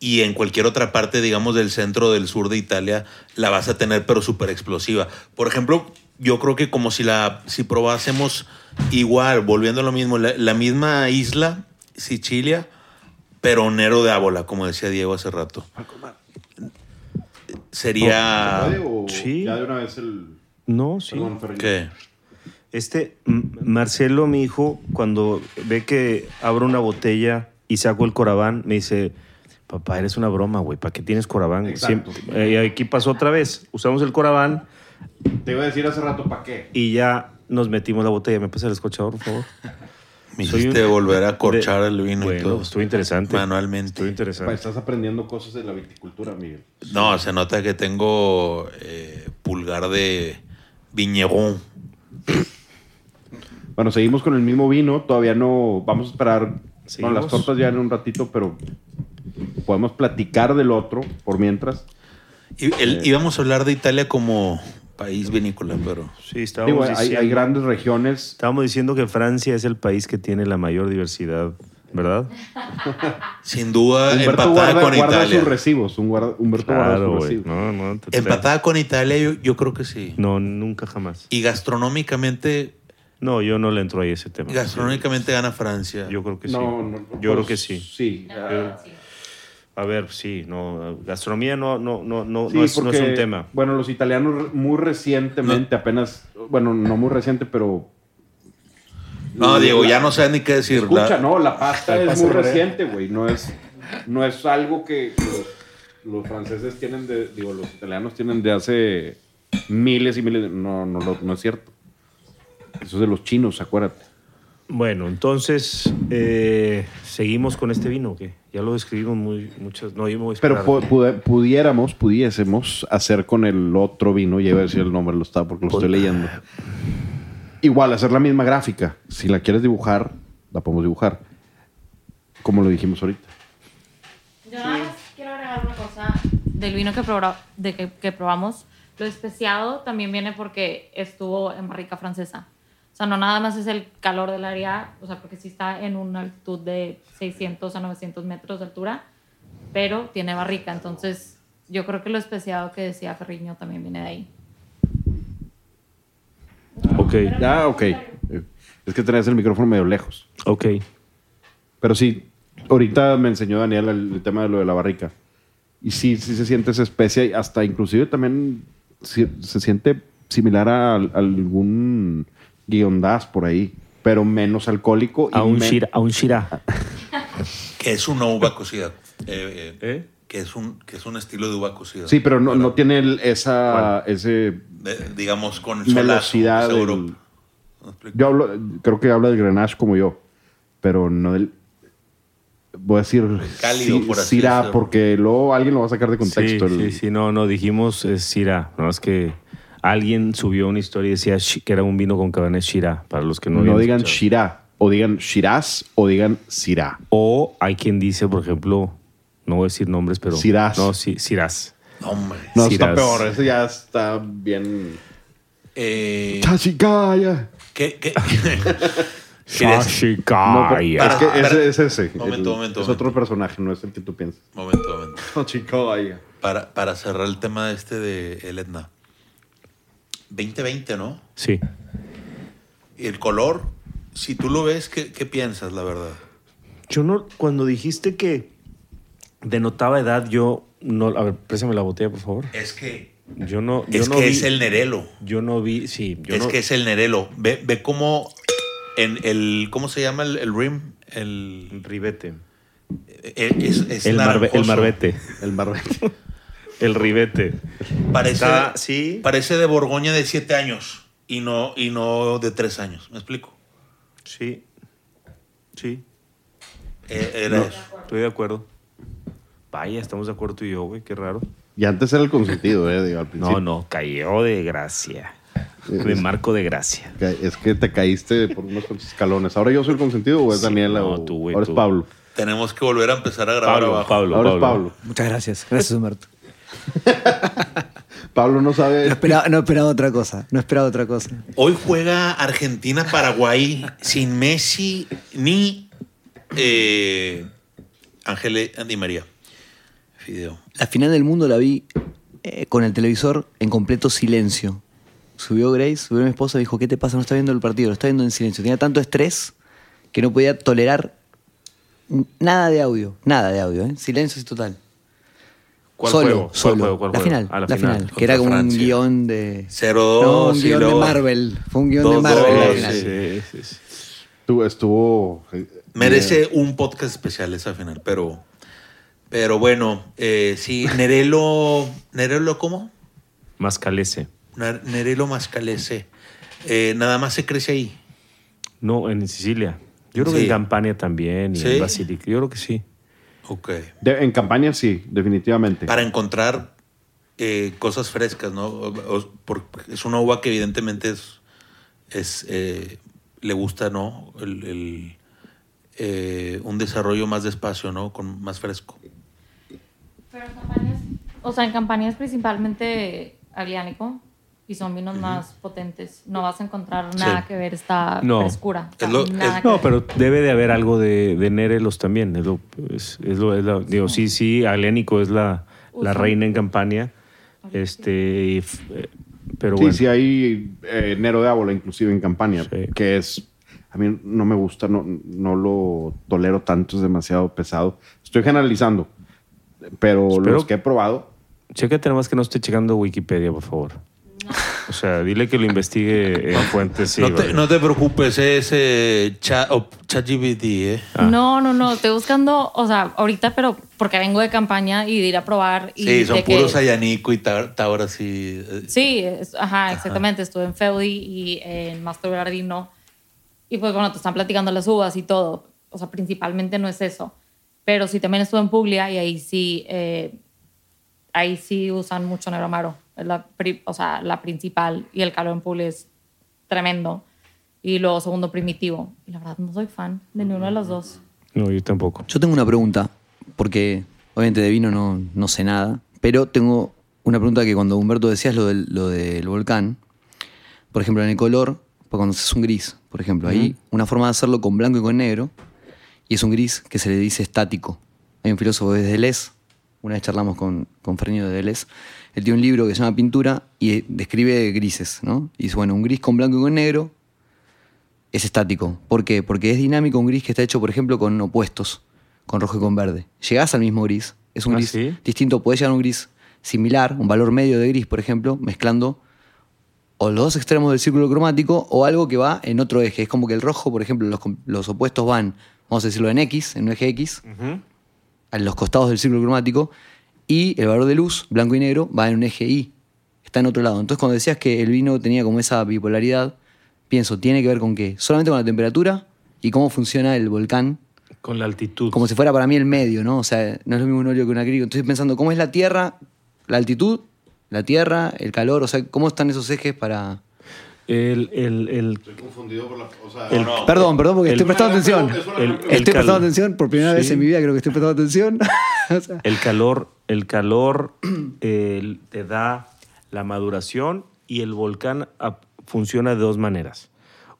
S1: y en cualquier otra parte, digamos, del centro del sur de Italia, la vas a tener, pero súper explosiva. Por ejemplo, yo creo que como si la si probásemos igual, volviendo a lo mismo, la, la misma isla, Sicilia, pero Nero de Ábola, como decía Diego hace rato.
S2: Oh,
S1: Sería.
S3: Sí.
S2: Ya de una vez el.
S3: No, sí.
S2: Perdón, Ferrín.
S1: ¿Qué?
S3: Este, M- Marcelo, mi hijo, cuando ve que abro una botella y saco el corabán, me dice, papá, eres una broma, güey, ¿para qué tienes corabán?
S2: Exacto.
S3: Siempre- eh, aquí pasó otra vez, usamos el corabán
S2: Te iba a decir hace rato, ¿para qué?
S3: y ya nos metimos la botella. ¿Me pasa el escochador, por favor?
S1: Me
S3: Soy
S1: hiciste
S3: un-
S1: volver a corchar
S3: de-
S1: el vino y
S3: Bueno,
S1: todo.
S3: estuvo interesante.
S1: Manualmente.
S3: Estuvo interesante.
S2: Estás aprendiendo cosas de la viticultura, Miguel.
S1: No, se nota que tengo eh, pulgar de viñegón.
S2: Bueno, seguimos con el mismo vino. Todavía no. Vamos a esperar. Bueno,
S3: Seguimos.
S2: las tortas ya en un ratito, pero podemos platicar del otro por mientras.
S1: Y, el- íbamos a hablar de Italia como país vinícola, pero.
S3: Sí, estábamos,
S2: Digo, hay,
S3: diciendo,
S2: hay grandes regiones.
S3: estábamos diciendo que Francia es el país que tiene la mayor diversidad, ¿verdad?
S1: Sin duda,
S2: Humberto
S1: empatada
S2: guarda,
S1: con
S2: guarda
S1: Italia.
S2: sus recibos. Un guarda- Humberto guarda
S3: Claro,
S2: sus
S3: güey.
S2: recibos.
S3: No, no, te- te-
S1: Empatada con Italia, yo, yo creo que sí.
S3: No, nunca jamás.
S1: Y gastronómicamente,
S3: No, yo no le entro ahí a ese tema.
S1: gastronómicamente gana Francia.
S3: Yo creo que sí.
S2: No, no,
S3: Yo creo
S2: pues,
S3: que sí.
S2: Sí. ah,
S3: A ver, sí, no. Gastronomía no, no, no, no,
S2: sí,
S3: no es, no es
S2: porque,
S3: un tema.
S2: Bueno, los italianos re- muy recientemente, apenas, bueno, no muy reciente, pero...
S1: No, Diego,
S2: La-
S1: ya no sabes ni qué decir.
S2: Escucha,
S1: La-
S2: no, la pasta es
S8: pasta
S2: muy
S8: hebrea.
S2: reciente, güey. No es, no es algo que los, los franceses tienen de... Digo, los italianos tienen de hace miles y miles de... No, no, no, no es cierto. Eso es de los chinos, acuérdate.
S3: Bueno, entonces, eh, ¿seguimos con este vino o qué? Ya lo describimos muy, muchas. No, yo me voy a
S2: Pero
S3: esperar.
S2: pu- pude- pudiéramos, pudiésemos hacer con el otro vino, ya iba a decir el nombre, lo estaba porque lo estoy leyendo. Igual, hacer la misma gráfica. Si la quieres dibujar, la podemos dibujar. Como lo dijimos ahorita.
S4: Yo nada más quiero agregar una cosa del vino que, probra- de que, que probamos. Lo especiado también viene porque estuvo en barrica francesa. O sea, no nada más es el calor del área, o sea, porque sí está en una altitud de 600 a 900 metros de altura, pero tiene barrica. Entonces, yo creo que lo especiado que decía Ferriño también viene de ahí.
S3: Ok,
S2: Ah, ok. Es que tenías el micrófono medio lejos.
S3: ok.
S2: Pero sí, ahorita me enseñó Daniel el, el tema de lo de la barrica. Y sí, sí se siente esa especie, y hasta inclusive también si- se siente similar a, al- algún guiondaz por ahí, pero menos alcohólico. y
S3: A un
S2: men-
S3: shira. A un shira.
S1: Que es una uva cocida. Eh, eh,
S3: ¿Eh?
S1: Que, es un, que es un estilo de uva cocida.
S2: Sí, pero no, no tiene el- esa, ese...
S1: De- digamos, con el solazo,
S2: Velocidad
S1: es
S2: del-
S1: Pues Europa. Ah, ¿Me explico?
S2: Yo hablo, creo que habla del Grenache como yo, pero no del... Voy a decir...
S1: Cálido,
S2: si-
S1: por así
S2: sirá,
S1: decirlo.
S2: porque luego alguien lo va a sacar de
S3: Sí,
S2: contexto. el-
S3: sí, sí, no, no, dijimos es Shira. No, es que alguien subió una historia y decía shi- que era un vino con cabernet Shira, para los que no
S2: No
S3: habían
S2: digan
S3: escuchado.
S2: Shirá, o digan Shiraz, o digan Sirá.
S3: O hay quien dice, por ejemplo, no voy a decir nombres, pero.
S2: Sirás.
S3: No, sí, Sirás.
S1: No, hombre.
S2: No, está
S3: Sirás.
S2: peor, ese ya está bien.
S1: Eh,
S2: Chachicaya.
S1: ¿Qué? qué? ¿Quieres?
S2: No,
S3: Ah,
S2: pero- es que
S1: Para-
S2: ese es ese.
S1: Momento,
S2: El-
S1: momento,
S2: Es
S1: momento.
S2: otro personaje, no es el que tú piensas. *laughs*
S1: Momento, momento.
S2: Chachicaya.
S1: Para, para cerrar el tema este de el Etna. 2020, ¿no?
S3: Sí.
S1: Y el color, si tú lo ves, ¿qué, qué piensas, la verdad?
S3: Yo no, cuando dijiste que denotaba edad, yo no. A ver, présame la botella, por favor.
S1: Es que
S3: Yo no. Yo
S1: es,
S3: no
S1: que
S3: vi,
S1: es el Nerelo.
S3: Yo no vi, sí. Yo
S1: es
S3: no,
S1: que es el Nerelo. Ve, ve cómo en el. ¿Cómo se llama el, el rim? El.
S3: Ribete.
S1: eh, Es, es
S3: El, marbe- el
S1: naranjoso.
S3: marbete.
S2: El barrete.
S3: El ribete.
S1: Parece,
S3: Está- sí.
S1: parece de Borgoña de 7 años y no, y no de 3 años. ¿Me explico?
S3: Sí. Sí.
S1: Eh, era eso.
S3: Estoy de acuerdo. Vaya, estamos de acuerdo tú y yo, güey. Qué raro.
S2: Y antes era el consentido, eh, digo, al
S3: No,
S2: principio.
S3: no, cayó de gracia.
S2: Es-
S3: de Marco de Gracia.
S2: Ca- Es que te caíste por unos cuantos escalones. ¿Ahora yo soy el consentido o es
S3: Sí,
S2: Daniela?
S3: no,
S2: o-
S3: tú, güey,
S2: Ahora
S3: tú.
S2: es Pablo.
S1: Tenemos que volver a empezar a grabar
S3: Pablo,
S1: abajo.
S3: Pablo,
S2: Ahora
S3: Pablo.
S2: es
S7: Muchas gracias. Gracias, Humberto.
S2: Pablo. Pablo no
S7: No
S2: sabe.
S7: esperaba, no esperaba otra cosa. No esperaba otra cosa.
S1: Hoy juega Argentina-Paraguay *laughs* sin Messi ni eh, Ángel Di María. Fideo.
S7: La final del mundo la vi eh, con el televisor en completo silencio. Subió Grace, subió mi esposa y dijo, ¿qué te pasa? No está viendo el partido, lo está viendo en silencio. Tenía tanto estrés que no podía tolerar n- nada de audio, nada de audio, ¿eh? silencio es total.
S3: ¿Cuál
S7: solo,
S3: juego? ¿Cuál
S7: solo.
S3: juego? ¿Cuál
S7: la
S3: juego?
S7: final,
S3: Ah,
S7: la final, que
S1: Contra
S7: era como
S1: Francia.
S7: un guión de...
S1: 0-2
S7: No, un
S1: y
S7: guión de
S1: luego-
S7: Marvel. Fue un guión de
S1: 2-2,
S7: Marvel. la
S1: sí.
S7: final.
S3: Sí, sí, sí.
S2: Estuvo. estuvo eh,
S1: Merece un podcast especial esa final, pero, pero bueno, eh, sí, Nerelo, ¿Nerelo cómo?
S3: Mascalese.
S1: Ner- Nerelo Mascalese. Eh, nada más se crece ahí.
S3: No, en Sicilia. Yo
S1: Sí.
S3: creo que en Campania también y
S1: Sí.
S3: en Basilic. Yo creo que sí.
S1: Ok.
S2: de- en campaña sí, definitivamente.
S1: Para encontrar eh, cosas frescas, ¿no? O- o- por- es una uva que evidentemente es, es eh, le gusta, ¿no? El, el, eh, un desarrollo más despacio, ¿no? Con más fresco.
S4: Pero en campañas, o sea, en campañas principalmente agliánico y son vinos más potentes. No vas a encontrar nada
S1: Sí.
S4: que ver esta
S3: No.
S4: frescura. O sea,
S1: Es lo-
S4: nada
S1: es-
S4: que
S3: No,
S4: ver.
S3: pero debe de haber algo de, de Nerelos también. Es lo, es, es lo, es la- digo, sí, sí, Alénico es la, la
S4: Uso.
S3: reina en Campania. Este, y f- eh, pero
S2: sí,
S3: bueno.
S2: sí hay eh, Nero de Ábola, inclusive en campaña,
S3: Sí.
S2: que es. A mí no me gusta, no, no lo tolero tanto, es demasiado pesado. Estoy generalizando, pero
S3: Espero-
S2: los que he probado.
S3: Chécate nada más que no esté checando Wikipedia, por favor. O sea, dile que lo investigue en fuentes. sí,
S1: no, te,
S3: vale.
S1: no te preocupes, es eh, Cha- o ChatGPT, ¿eh?
S4: No, no, no, estoy buscando, o sea, ahorita, pero porque vengo de campaña y de ir a probar. Y
S1: Sí, son
S4: de que-
S1: puros Ayanico y ta- Tabra, sí. eh,
S4: Sí, es- ajá, exactamente. Estuve en Feudi y en Master Bernardino. Y pues bueno, te están platicando las uvas y todo. O sea, principalmente no es eso. Pero sí también estuve en Puglia y ahí sí, eh, ahí sí usan mucho negro amaro. Es la, pri- o sea, la principal. Y el calor en Puglia es tremendo. Y luego segundo primitivo. Y la verdad no soy fan de ninguno de los dos.
S3: No, yo tampoco.
S7: Yo tengo una pregunta, porque obviamente de vino no, no sé nada, pero tengo una pregunta que cuando Humberto decías lo del, lo del volcán, por ejemplo, en el color, pues cuando haces un gris, por ejemplo, ahí una forma de hacerlo con blanco y con negro, y es un gris que se le dice estático. Hay un filósofo de Deleuze, una vez charlamos con, con Frenio de Deleuze, él tiene un libro que se llama Pintura y eh, describe grises, ¿no? Y dice, bueno, un gris con blanco y con negro es estático. ¿Por qué? Porque es dinámico un gris que está hecho, por ejemplo, con opuestos, con rojo y con verde. Llegás al mismo gris, es un
S3: Ah,
S7: gris
S3: ¿sí?
S7: distinto, podés llegar a un gris similar, un valor medio de gris, por ejemplo, mezclando o los dos extremos del círculo cromático o algo que va en otro eje. Es como que el rojo, por ejemplo, los, com- los opuestos van, vamos a decirlo, en X, en un eje X, a los costados del círculo cromático, y el valor de luz, blanco y negro, va en un eje Y, está en otro lado. Entonces, cuando decías que el vino tenía como esa bipolaridad, pienso, ¿tiene que ver con qué? ¿Solamente con la temperatura y cómo funciona el volcán?
S3: Con la altitud.
S7: Como si fuera para mí el medio, ¿no? O sea, no es lo mismo un óleo que un acrílico. Entonces, pensando, ¿cómo es la Tierra, la altitud, la Tierra, el calor? O sea, ¿cómo están esos ejes para...?
S3: El, el, el,
S2: Confundido por la. O sea,
S3: el-
S7: Perdón, perdón, porque
S3: El-
S7: estoy prestando atención.
S3: el- el
S7: Estoy prestando
S3: calor.
S7: atención, por primera vez
S3: Sí.
S7: en mi vida creo que estoy prestando
S3: *laughs*
S7: atención. O sea,
S3: El calor, el calor eh, el- te da la maduración y el volcán ap- funciona de dos maneras.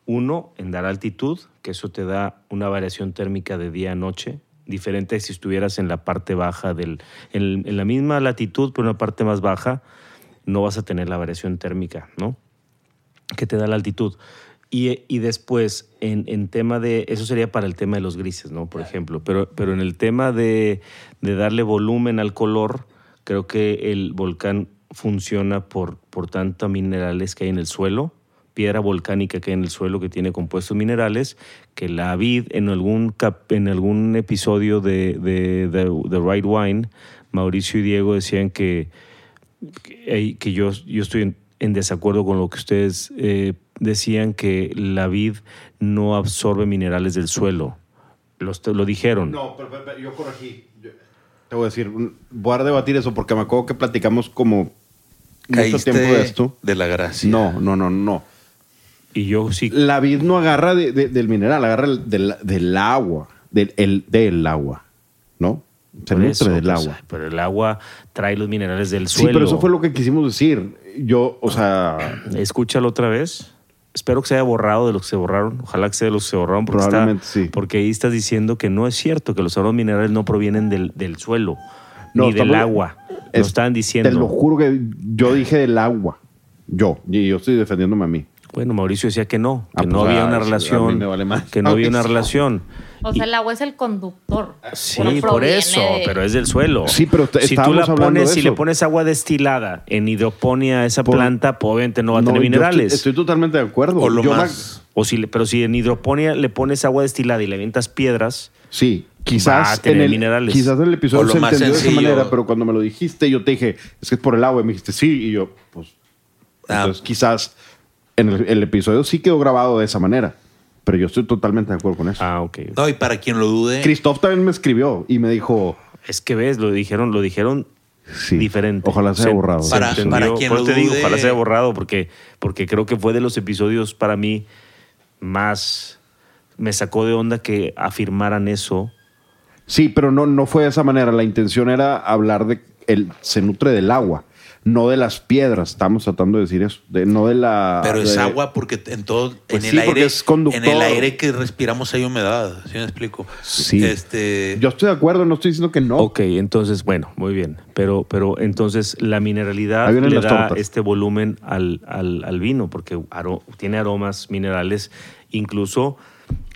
S3: Uno, en dar altitud, que eso te da una variación térmica de día a noche, diferente si estuvieras en la parte baja del... En, en la misma latitud, pero en una parte más baja, no vas a tener la variación térmica, ¿no? que te da la altitud. Y, y después, en, en tema de. Eso sería para el tema de los grises, ¿no? Por ejemplo. Pero, pero en el tema de, de darle volumen al color, creo que el volcán funciona por, por tantos minerales que hay en el suelo, piedra volcánica que hay en el suelo que tiene compuestos minerales, que la vid, en algún, cap- en algún episodio de, de, de, de Right Wine, Mauricio y Diego decían que que que yo, yo estoy en, en desacuerdo con lo que ustedes eh, decían, que la vid no absorbe minerales del suelo. Los- lo dijeron.
S2: No, pero, pero- pero yo corregí. Yo- Te voy a decir, un- voy a debatir eso porque me acuerdo que platicamos como mucho
S1: Caíste
S2: tiempo de esto.
S1: de la gracia.
S2: No, no, no, no.
S3: Y yo sí.
S2: La vid no agarra de- de- del mineral, agarra el- del, del agua, del, el- del agua, ¿no? Se
S3: por
S2: nutre
S3: eso,
S2: del
S3: pues,
S2: agua.
S3: ay, Pero el agua trae los minerales del
S2: Sí,
S3: suelo.
S2: pero eso fue lo que quisimos decir. Yo, o sea,
S3: Escúchalo otra vez. Espero que se haya borrado de los que se borraron. Ojalá que sea de los que se borraron. Porque está-
S2: Probablemente sí.
S3: Porque ahí estás diciendo que no es cierto, que los sabores minerales no provienen del, del suelo,
S2: No,
S3: *clears throat* ni del
S2: estamos-
S3: agua.
S2: es-
S3: lo estaban diciendo.
S2: te lo juro que yo dije del agua. Yo, y yo estoy defendiéndome a mí.
S3: Bueno, Mauricio decía que no, que
S2: Ah,
S3: no
S2: pues,
S3: había
S2: ah,
S3: una
S2: sí, a mí
S3: relación.
S2: me vale más.
S3: Que no
S2: *laughs*
S3: había una
S2: Sí.
S3: relación.
S4: O
S3: Y-
S4: sea, el agua es el conductor.
S3: Ah, Sí,
S4: No
S3: por
S4: proviene
S3: eso,
S4: de-
S3: pero es del suelo.
S2: Sí, pero te-
S3: si tú
S2: estábamos
S3: la
S2: hablando
S3: pones,
S2: de
S3: si
S2: eso.
S3: le pones agua destilada en hidroponía a esa
S2: Por-
S3: planta, pues, obviamente no va a tener
S2: yo
S3: minerales.
S2: Estoy, estoy totalmente de acuerdo.
S1: O lo
S2: Yo
S1: más-
S3: O si le- pero si en hidroponía le pones agua destilada y le avientas piedras,
S2: me- sí,
S3: Va
S2: quizás
S3: a tener
S2: en el
S3: minerales.
S2: quizás en el
S1: O
S2: episodio
S1: lo
S2: se
S1: más
S2: entendió de
S1: sencillo.
S2: esa manera, pero cuando me lo dijiste yo te dije, es que es por el agua, y me dijiste sí y yo pues
S1: Ah.
S2: entonces quizás en el, el episodio sí quedó grabado de esa manera, pero yo estoy totalmente de acuerdo con eso.
S3: ah, ok.
S1: No, y para quien lo dude,
S2: Christoph también me escribió y me dijo,
S3: Es que ves, lo dijeron, lo dijeron
S2: sí,
S3: diferente.
S2: Ojalá sea
S3: Se-
S2: borrado.
S3: se
S1: Para-
S3: entendió.
S1: para quien
S3: Por eso
S1: lo
S3: te digo,
S1: dude.
S3: ojalá sea borrado, porque, porque creo que fue de los episodios para mí más me sacó de onda que afirmaran eso.
S2: Sí, pero no, no fue de esa manera. La intención era hablar de el se nutre del agua, no de las piedras. Estamos tratando de decir eso, de- no de la.
S1: pero es
S2: de-
S1: agua porque t- en todo,
S2: Ah, Pues
S1: en
S2: sí,
S1: el
S2: porque
S1: aire,
S2: es conductor.
S1: en el aire que respiramos hay humedad. ¿Sí me explico?
S2: Sí.
S1: Este,
S2: Yo estoy de acuerdo, no estoy diciendo que no.
S3: Ok, entonces, bueno, muy bien. Pero, pero entonces la mineralidad
S2: Ahí vienen
S3: le
S2: las
S3: da
S2: tortas.
S3: este volumen al, al- al vino, porque aro- tiene aromas minerales, incluso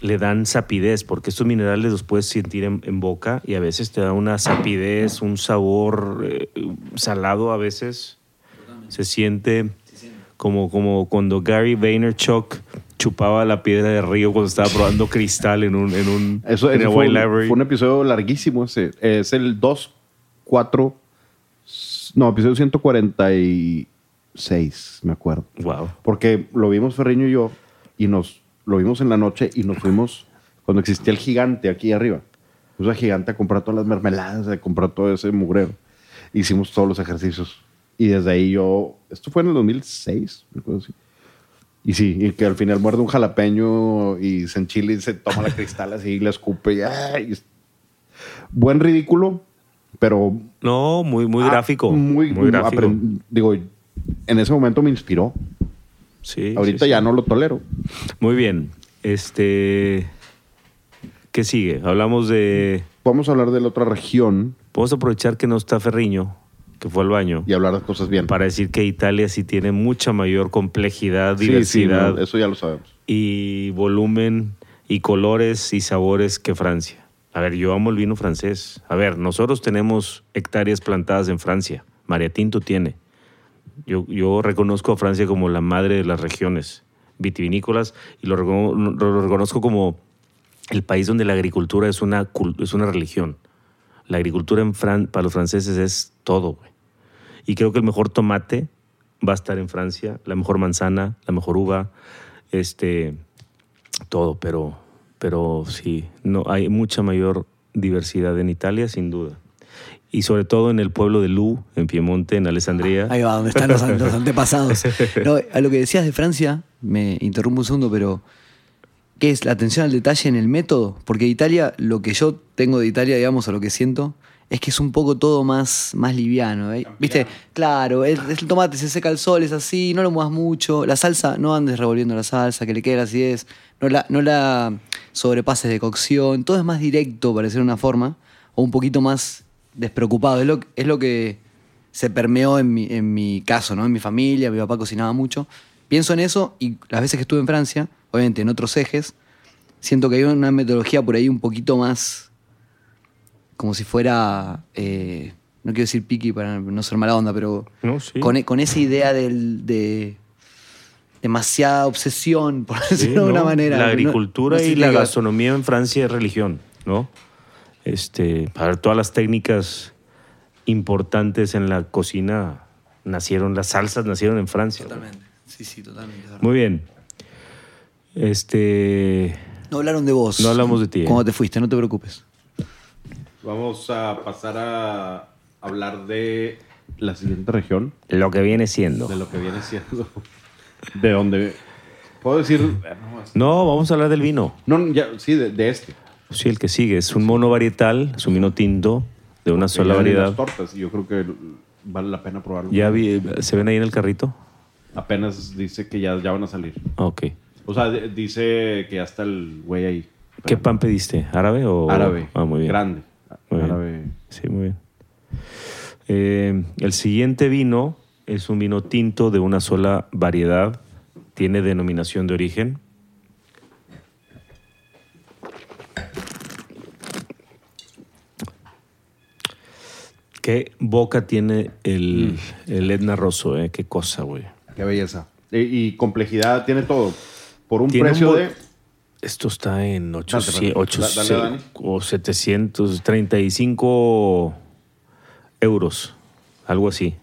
S3: le dan sapidez, porque estos minerales los puedes sentir en, en boca y a veces te da una sapidez, un sabor eh, salado a veces. Se siente como, como cuando Gary Vaynerchuk chupaba la piedra de río cuando estaba probando cristal en un, en un
S2: Eso,
S3: en
S2: eso
S3: a
S2: fue,
S3: wine
S2: un,
S3: library.
S2: fue un episodio larguísimo. Ese. Es el 2, 4, no, episodio 146, me acuerdo.
S3: Wow.
S2: Porque lo vimos Ferriño y yo, y nos lo vimos en la noche y nos fuimos cuando existía el gigante aquí arriba. Fuimos al gigante a comprar todas las mermeladas, a comprar todo ese mugreo. Hicimos todos los ejercicios. Y desde ahí yo, esto fue en el 2006, me acuerdo así. Y sí, y que al final muerde un jalapeño y se enchila y se toma la cristal así y la escupe. Y, ¡ay! Buen ridículo, pero
S3: No, muy, muy
S2: Ah,
S3: gráfico.
S2: Muy, muy
S3: gráfico.
S2: aprend- Digo, en ese momento me inspiró.
S3: Sí,
S2: Ahorita
S3: sí, sí.
S2: ya no lo tolero.
S3: Muy bien. Este. ¿Qué sigue? Hablamos de.
S2: Vamos a hablar de la otra región
S3: Vamos a aprovechar que no está Ferriño, que fue al baño,
S2: y hablar de cosas bien.
S3: para decir que Italia sí tiene mucha mayor complejidad,
S2: Sí, sí,
S3: diversidad
S2: no, eso ya lo sabemos.
S3: y volumen y colores y sabores que Francia. A ver, yo amo el vino francés. A ver, nosotros tenemos hectáreas plantadas en Francia. María Tinto tiene. Yo, yo reconozco a Francia como la madre de las regiones vitivinícolas y lo, recono- lo reconozco como el país donde la agricultura es una, cul- es una religión. La agricultura en Fran- para los franceses es todo, güey. Y creo que el mejor tomate va a estar en Francia, la mejor manzana, la mejor uva, este, todo, pero, pero sí, no, hay mucha mayor diversidad en Italia, sin duda. Y sobre todo en el pueblo de Lou, en Piemonte, en Alessandria.
S7: Ah, Ahí va, donde están los, an- los antepasados. No, a lo que decías de Francia, me interrumpo un segundo, pero ¿qué es la atención al detalle en el método? Porque Italia, lo que yo tengo de Italia, digamos, a lo que siento, es que es un poco todo más, más liviano. ¿eh? ¿Viste? Claro, el, el tomate se seca al sol, es así, no lo muevas mucho. La salsa, no andes revolviendo la salsa, que le quede la acidez. No la, no la sobrepases de cocción. Todo es más directo, para decirlo de una forma, o un poquito más despreocupado. Es lo, es lo que se permeó en mi, en mi caso, ¿no? En mi familia, mi papá cocinaba mucho. Pienso en eso y las veces que estuve en Francia, obviamente en otros ejes, siento que hay una metodología por ahí un poquito más como si fuera, eh, no quiero decir piqui para no ser mala onda, pero
S3: No, sí.
S7: con, e- con esa idea del, de demasiada obsesión, por
S3: *laughs*
S7: decirlo de
S3: Sí,
S7: una
S3: ¿no?
S7: manera.
S3: La
S7: No-
S3: agricultura
S7: no sé si
S3: y la
S7: tiene que ver.
S3: gastronomía en Francia es religión, ¿no? Este, para ver, todas las técnicas importantes en la cocina nacieron, las salsas nacieron en Francia. güey.
S7: Totalmente. Sí, sí, totalmente. es verdad.
S3: Muy bien. Este,
S7: No hablaron de vos.
S3: No hablamos de ti, eh.
S7: Cuando te fuiste, no te preocupes.
S2: Vamos a pasar a hablar de la siguiente región
S3: Lo que viene siendo.
S2: de lo que viene siendo. De donde. Puedo decir.
S3: No, vamos a hablar del vino.
S2: No, ya, sí, de, de este.
S3: Sí, el que sigue. Es un mono varietal, es un vino tinto de una sola
S2: Ya de
S3: variedad.
S2: Las tortas. Yo creo que vale la pena probarlo.
S3: Ya vi- se ven ahí en el carrito.
S2: Apenas dice que ya, ya van a salir.
S3: Ok.
S2: O sea, de- dice que ya está el güey ahí.
S3: ¿Qué pan pediste? ¿Árabe o...?
S2: Árabe.
S3: Ah, muy bien.
S2: Grande.
S3: Muy bien.
S2: árabe.
S3: Sí, muy bien. Eh, el siguiente vino es un vino tinto de una sola variedad. Tiene denominación de origen. ¿Qué boca tiene el, el Edna Rosso? eh? ¿Qué cosa, güey?
S2: Qué belleza. E- Y, complejidad tiene todo. Por un
S3: Tiene un
S2: precio
S3: bo-
S2: de.
S3: Esto está en
S2: espérate. Da-
S3: 800,
S2: dale a Dani.
S3: o 735 euros, algo así.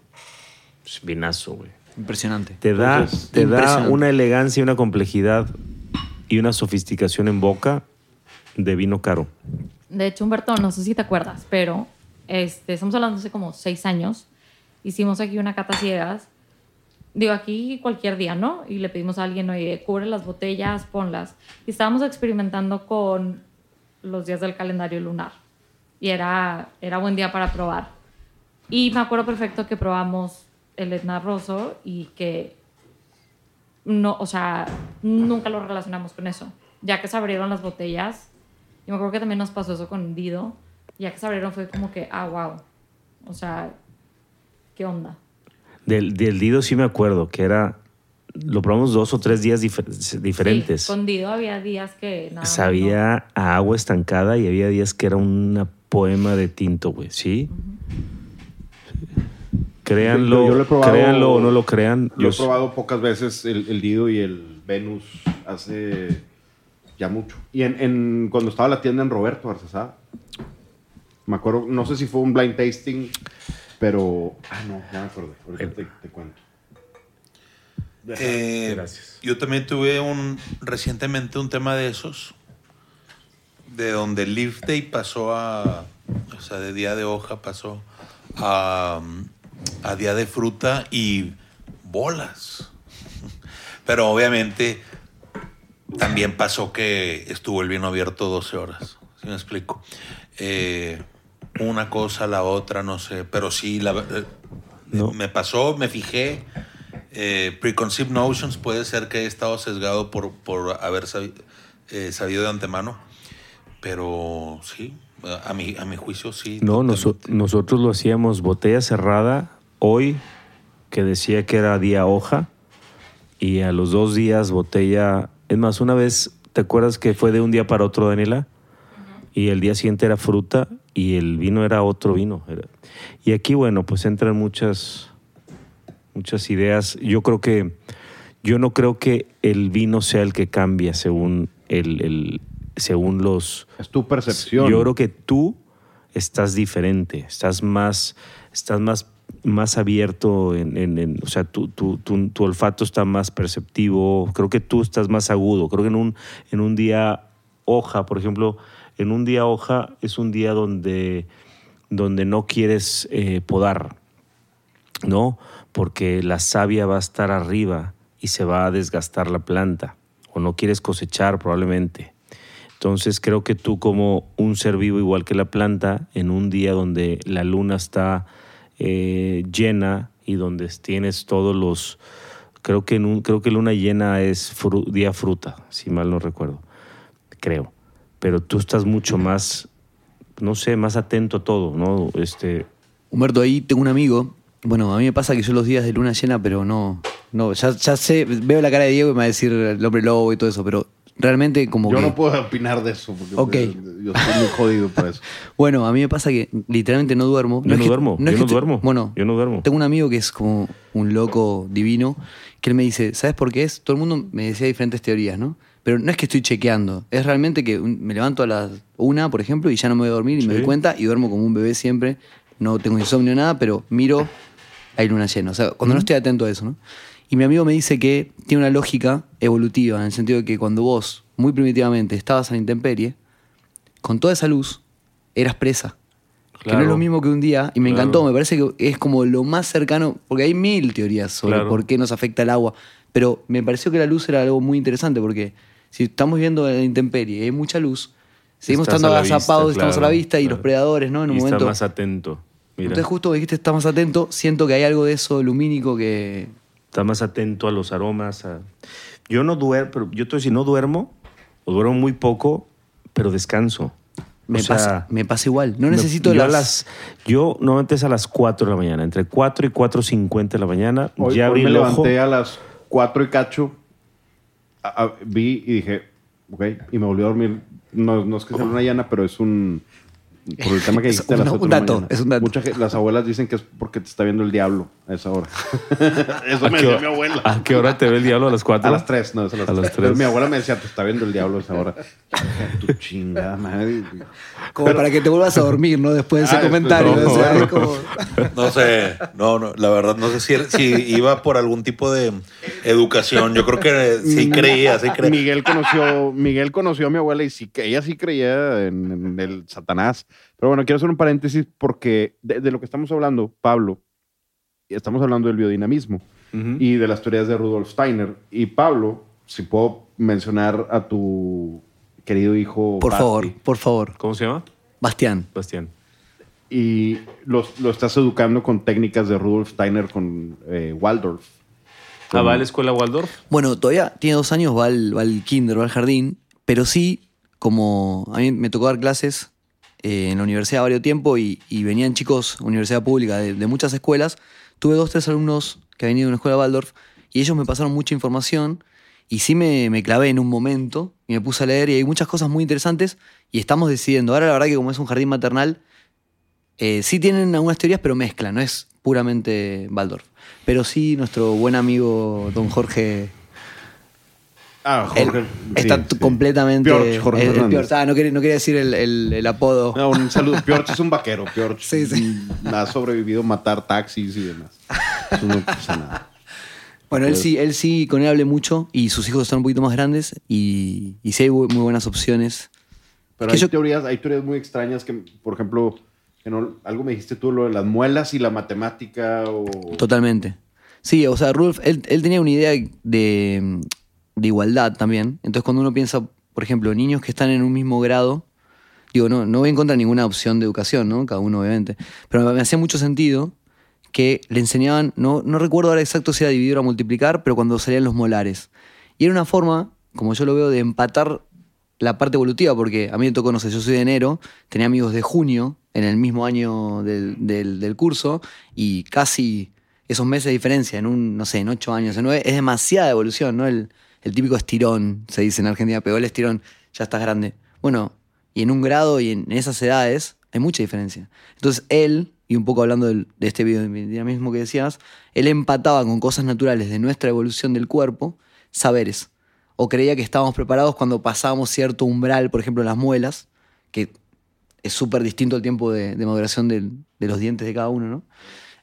S3: Es vinazo, güey.
S7: Impresionante.
S3: Te da,
S2: Entonces,
S3: te da
S7: impresionante.
S3: una elegancia, una complejidad y una sofisticación en boca de vino caro.
S4: De hecho, Humberto, no sé si te acuerdas, pero este, estamos hablando hace como seis años. Hicimos aquí una cata ciegas. Digo, aquí cualquier día, ¿no? Y le pedimos a alguien, oye, cubre las botellas, ponlas. Y estábamos experimentando con los días del calendario lunar. Y era, era buen día para probar. Y me acuerdo perfecto que probamos el Etna Rosso y que no, o sea, nunca lo relacionamos con eso. Ya que se abrieron las botellas, yo me acuerdo que también nos pasó eso con Dido, ya que se abrieron fue como que, ah, wow. O sea, ¿qué onda?
S3: Del, del Dido sí me acuerdo, que era, lo probamos dos o tres días difer- diferentes.
S4: Sí, con Dido había días que nada. más no.
S3: Sabía a agua estancada y había días que era una poema de tinto, güey, ¿sí? Créanlo,
S2: Yo- yo lo he probado-
S3: créanlo o no lo crean.
S2: Yo he
S3: los-
S2: probado pocas veces el, el Dido y el Venus hace ya mucho. Y en, en- cuando estaba la tienda en Roberto Arcesá, me acuerdo, no sé si fue un blind tasting, pero. Ah, no, ya me acordé. Ahorita te, te cuento.
S1: Eh, Yo también tuve un recientemente un tema de esos, de donde Leaf Day pasó a, o sea, de día de hoja pasó a, a día de fruta y bolas. *laughs* Pero obviamente también pasó que estuvo el vino abierto 12 horas, si me explico. Eh, una cosa, la otra, no sé, pero sí, la, eh,
S3: No.
S1: me pasó, me fijé. Eh, preconceived notions puede ser que he estado sesgado por, por haber sabi- eh, sabido de antemano, pero sí, a mi, a mi juicio sí.
S3: No,
S1: totalmente.
S3: noso- nosotros lo hacíamos botella cerrada hoy, que decía que era día hoja, y a los dos días botella. Es más, una vez, ¿te acuerdas que fue de un día para otro, Daniela? Y el día siguiente era fruta y el vino era otro vino. Era- Y aquí, bueno, pues entran muchas, muchas ideas. Yo creo que. Yo no creo que el vino sea el que cambia según, el, el- según los,
S2: Es tu percepción.
S3: yo creo que tú estás diferente, estás más, estás más, más abierto, en, en- en- o sea, tu, tu- tu- tu olfato está más perceptivo, creo que tú estás más agudo, creo que en un, en un día hoja, por ejemplo, en un día hoja es un día donde, donde no quieres eh, podar, ¿no? Porque la savia va a estar arriba y se va a desgastar la planta, o no quieres cosechar probablemente. Entonces creo que tú como un ser vivo igual que la planta, en un día donde la luna está eh, llena y donde tienes todos los... Creo que, en un, creo que luna llena es fru- día fruta, si mal no recuerdo, creo. Pero tú estás mucho más, no sé, más atento a todo, ¿no? Este,
S7: Humberto, ahí tengo un amigo. Bueno, a mí me pasa que yo los días de luna llena, pero no. No, ya, ya sé, veo la cara de Diego y me va a decir el hombre lobo y todo eso, pero realmente como
S2: Yo
S7: que.
S2: no puedo opinar de eso porque
S7: Ok.
S2: yo estoy muy jodido por *laughs* eso.
S7: Bueno, a mí me pasa que literalmente no duermo.
S3: Yo no
S7: que-
S3: duermo, yo
S7: es que
S3: no
S7: te-
S3: duermo,
S7: Bueno,
S3: yo no duermo.
S7: Tengo un amigo que es como un loco divino, que él me dice, ¿sabes por qué es? Todo el mundo me decía diferentes teorías, ¿no? Pero no es que estoy chequeando, es realmente que un- me levanto a las una, por ejemplo, y ya no me voy a dormir y me
S3: Sí.
S7: doy cuenta y duermo como un bebé siempre. No tengo insomnio, nada, pero miro, hay luna llena. O sea, cuando no estoy atento a eso, ¿no? Y mi amigo me dice que tiene una lógica evolutiva, en el sentido de que cuando vos, muy primitivamente, estabas en la intemperie, con toda esa luz, eras presa. Que no es
S8: Claro.
S7: lo mismo que un día. Y me encantó, me parece que es como lo más cercano, porque hay mil teorías sobre
S8: Claro.
S7: por qué nos afecta el agua. Pero me pareció que la luz era algo muy interesante, porque si estamos viviendo en la intemperie y hay mucha luz, seguimos
S8: Estás
S7: estando
S8: a la vista,
S7: agazapados, estamos a la
S8: claro,
S7: vista y
S8: claro.
S7: los predadores, ¿no? En un
S8: y
S7: momento.
S8: está más atento. Mira,
S7: Entonces, justo dijiste, estás más atento, siento que hay algo de eso lumínico que.
S8: está más atento a los aromas. a- Yo no duermo, pero yo te voy a decir, no duermo, o duermo muy poco, pero descanso.
S7: Me,
S8: O sea,
S7: pasa, me pasa igual. No
S8: me-
S7: necesito
S8: yo a
S7: las.
S8: las... Yo normalmente es a las 4 de la mañana, entre 4 y 4.50 de la mañana.
S2: Hoy,
S8: ya
S2: hoy
S8: abrí
S2: me
S8: el ojo.
S2: levanté a las 4 y cacho, a- a- vi y dije, ok, y me volví a dormir. No, no es que sea una llana, pero es un... Por el
S8: *laughs*
S2: tema que
S7: Es
S2: dijiste a las
S7: un-
S2: ocho
S7: un
S2: de la
S7: dato,
S2: mañana.
S7: es un dato.
S2: Mucha gen- las abuelas dicen que es porque te está viendo el diablo a esa hora. *laughs* Eso
S8: ¿A
S2: me
S8: qué
S2: decía
S8: hora-
S2: mi abuela.
S8: ¿A qué hora te ve el diablo? ¿A las 4?
S2: A las 3, no, es a las
S8: A
S2: 3.
S8: las
S2: Pero
S8: tres.
S2: mi abuela me decía, te está viendo el diablo a esa hora. *laughs* tu chingada madre.
S7: Como para que te vuelvas a dormir, ¿no? Después de ese
S2: Ah, es-
S7: comentario.
S2: no,
S7: o sea,
S2: no.
S7: es como-
S1: No sé, no, no, la verdad no sé si, era- si iba por algún tipo de educación. Yo creo que sí creía, sí creía.
S2: Miguel conoció, Miguel conoció a mi abuela y sí que ella sí creía en, en el Satanás. Pero bueno, quiero hacer un paréntesis porque de, de lo que estamos hablando, Pablo, estamos hablando del biodinamismo y de las teorías de Rudolf Steiner. Y Pablo, si puedo mencionar a tu querido hijo.
S7: Por
S2: Basti,
S7: favor, por favor.
S8: ¿Cómo se llama?
S7: Bastián.
S8: Bastián.
S2: Y los- lo estás educando con técnicas de Rudolf Steiner con eh, Waldorf.
S8: Ah, va a la escuela Waldorf.
S7: Bueno, todavía tiene dos años, va al, va al kinder, va al jardín, pero sí, como a mí me tocó dar clases eh, en la universidad varios tiempo y, y venían chicos, universidad pública, de, de muchas escuelas, tuve dos, tres alumnos que venían de una escuela Waldorf y ellos me pasaron mucha información y sí me, me clavé en un momento y me puse a leer y hay muchas cosas muy interesantes y estamos decidiendo. Ahora la verdad que como es un jardín maternal, eh, sí tienen algunas teorías, pero mezclan, no es puramente Waldorf. Pero sí, nuestro buen amigo don Jorge
S2: Ah,
S7: él está
S2: sí,
S7: t-
S2: sí.
S7: completamente.
S2: Piorch, Jorge
S7: el- el
S2: Fernández.
S7: Piorch. Ah, no quería, no quería decir el, el- el apodo.
S2: No, un saludo. Piorch es un vaquero. Piorch
S7: Sí, sí.
S2: mm, ha sobrevivido a matar taxis y demás. Eso no pasa nada.
S7: Bueno, él sí, él sí, con él hablé mucho y sus hijos están un poquito más grandes y, y sí hay bu- muy buenas opciones.
S2: Pero
S7: Que
S2: hay,
S7: yo-
S2: teorías, hay teorías muy extrañas que, por ejemplo, que no- algo me dijiste tú, lo de las muelas y la matemática. O...
S7: Totalmente. Sí, o sea, Rudolf, él, él tenía una idea de, de igualdad también. Entonces, cuando uno piensa, por ejemplo, niños que están en un mismo grado, digo, no, no voy en contra de ninguna opción de educación, ¿no? Cada uno, obviamente. Pero me, me hacía mucho sentido que le enseñaban, no, no recuerdo ahora exacto si era dividir o multiplicar, pero cuando salían los molares. Y era una forma, como yo lo veo, de empatar la parte evolutiva, porque a mí me tocó, no sé, yo soy de enero, tenía amigos de junio en el mismo año del, del- del curso y casi esos meses de diferencia, en un, no sé, en ocho años, en nueve, es demasiada evolución, ¿no? El, el típico estirón, se dice en Argentina, pegó el estirón, ya estás grande. Bueno, y en un grado y en esas edades hay mucha diferencia. Entonces él, y un poco hablando del- de este biodinamismo que decías, él empataba con cosas naturales de nuestra evolución del cuerpo, saberes o creía que estábamos preparados cuando pasábamos cierto umbral, por ejemplo, en las muelas, que es súper distinto el tiempo de, de maduración del- de los dientes de cada uno, ¿no?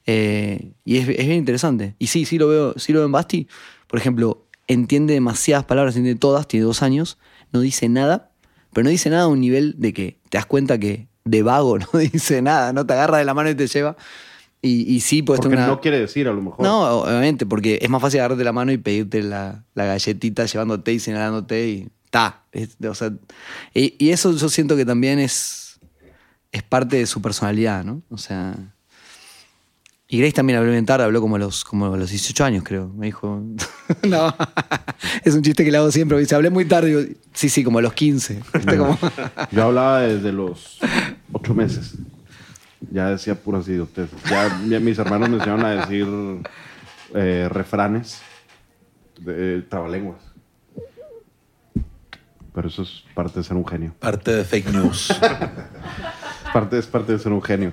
S7: Eh, y es, es bien interesante. Y sí, sí lo veo, sí lo veo en Basti. Por ejemplo, entiende demasiadas palabras, entiende todas, tiene dos años, no dice nada, pero no dice nada a un nivel de que te das cuenta que de vago *laughs* no dice nada, no te agarra de la mano y te lleva. Y, y sí, puedes
S2: Porque
S7: tener pues, una...
S2: no quiere decir, a lo mejor.
S7: No, obviamente, porque es más fácil agarrarte la mano y pedirte la, la galletita llevándote y señalándote y ta. Es- o sea, y, y eso yo siento que también es, es parte de su personalidad, ¿no? O sea. Y Grace también habló bien tarde, habló como a los, como a los 18 años, creo. Me dijo. *laughs* no, es un chiste que le hago siempre. Me dice, hablé muy tarde. Digo, sí, sí, como a los 15. *laughs* ¿Viste? Como-
S2: Yo hablaba desde los ocho meses. Ya decía puras idioteces. Ya mi- mis hermanos me enseñaron a decir eh, refranes de trabalenguas. Pero eso es parte de ser un genio.
S1: Parte de fake news.
S2: Parte, es parte de ser un genio.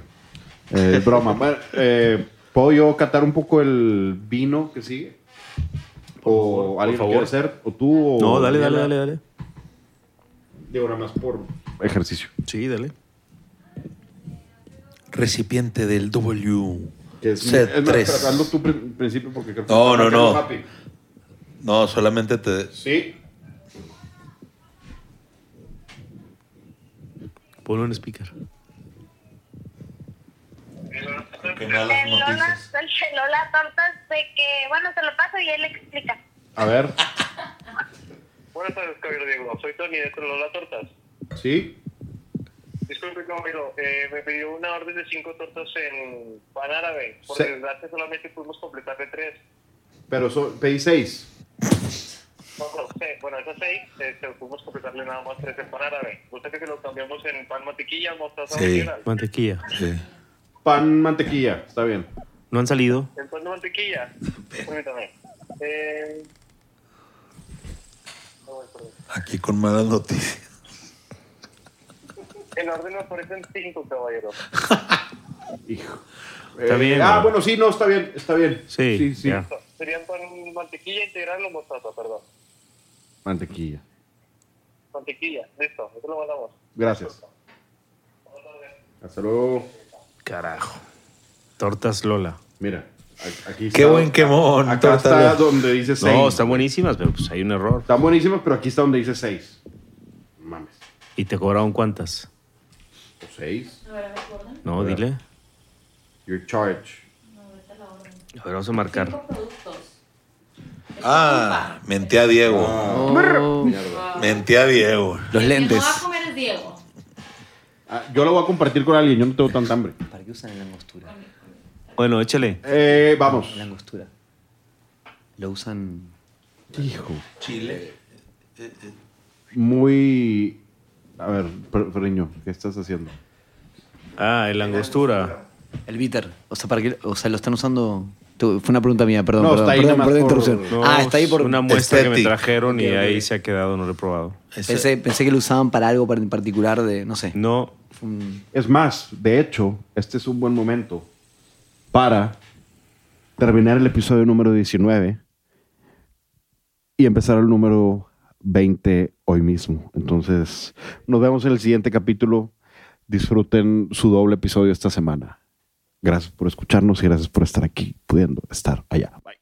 S2: Eh,
S8: *laughs*
S2: es broma. Bueno, eh, ¿Puedo yo catar un poco el vino que sigue? ¿O alguien lo
S8: favor.
S2: quiere hacer? ¿O tú? O
S8: No, dale, dale,
S2: Daniela.
S8: dale, dale.
S2: Digo, nada más por ejercicio.
S8: Sí, dale.
S1: Recipiente del W.
S2: Que es,
S1: Set
S2: es más,
S1: tres.
S2: pero hazlo tú pri- principio porque creo que
S1: No,
S2: está
S1: no, no.
S2: marcando Papi.
S1: No, solamente te.
S2: Sí.
S8: Ponlo en speaker.
S1: que no las
S9: Canceló la,
S1: noticias.
S9: canceló la torta de que, bueno, se lo paso y él le explica.
S2: A ver.
S6: Buenas tardes, caballero Diego. Soy Tony de Lola Tortas.
S2: ¿Sí?
S6: Disculpe, caballero, eh, me pidió una orden de cinco tortas en pan árabe. Por
S2: Sí.
S6: desgracia, solamente pudimos completar de tres.
S2: Pero so- pedí seis.
S6: No, no, sí, Bueno, esas seis, este, pudimos completarle nada más tres en pan árabe. ¿Gusta que se lo cambiamos en pan mantequilla, mostaza
S1: Sí.
S6: original?
S8: Mantequilla.
S1: Sí.
S2: Pan, mantequilla. Está bien.
S8: ¿No han salido?
S6: En pan de mantequilla. Permítame. Eh... no, bueno, perdón.
S1: Aquí con malas noticias.
S6: En orden me aparecen cinco, caballero.
S2: Hijo.
S8: Está
S2: Eh,
S8: bien,
S2: Ah,
S8: güey.
S2: bueno, sí, no, está bien. Está bien.
S8: Sí,
S2: sí. sí.
S8: ya.
S6: Serían pan mantequilla integral o mostaza, perdón.
S2: Mantequilla.
S6: Mantequilla, listo, eso lo mandamos.
S2: Gracias. Hasta luego.
S8: Carajo. Tortas Lola.
S2: Mira, a- aquí
S1: Qué
S2: está-
S1: buen quemón.
S2: Acá está donde dice seis.
S8: No, están buenísimas, pero pues hay un error.
S2: Están buenísimas, pero aquí está donde dice seis. Mames.
S8: ¿Y te cobraron cuántas?
S2: O seis.
S8: No,
S2: Claro.
S8: dile.
S2: Your charge.
S8: A ver, vamos a marcar.
S1: Ah, mentí a Diego.
S2: Ah,
S1: Mentí a Diego.
S7: Los lentes.
S4: comer Diego.
S2: Ah, yo lo voy a compartir con alguien, yo no tengo tanta hambre.
S7: ¿Para qué usan la angostura?
S8: Bueno, échale.
S2: Eh, vamos.
S7: La angostura. Lo usan.
S2: Hijo.
S1: Chile.
S2: Muy. A ver, Fer- Ferriño, ¿qué estás haciendo?
S8: Ah, el angostura.
S7: El bitter. O sea, ¿para qué? O sea, lo están usando. Tú- Fue una pregunta mía, perdón.
S2: No,
S7: perdón,
S2: está ahí
S7: perdón,
S2: nomás
S7: perdón,
S2: por-
S7: interrupción.
S8: No,
S7: ah, está ahí por.
S8: Una muestra que me
S1: Estética.
S8: trajeron y
S7: Ok, ok.
S8: ahí se ha quedado, no lo he probado.
S7: Pensé, pensé que lo usaban para algo en particular de. No sé.
S8: No,
S7: Fue un-
S2: Es más, de hecho, este es un buen momento para terminar el episodio número 19 y empezar el número 20 hoy mismo. Entonces, nos vemos en el siguiente capítulo. Disfruten su doble episodio esta semana. Gracias por escucharnos y gracias por estar aquí, pudiendo estar allá. Bye.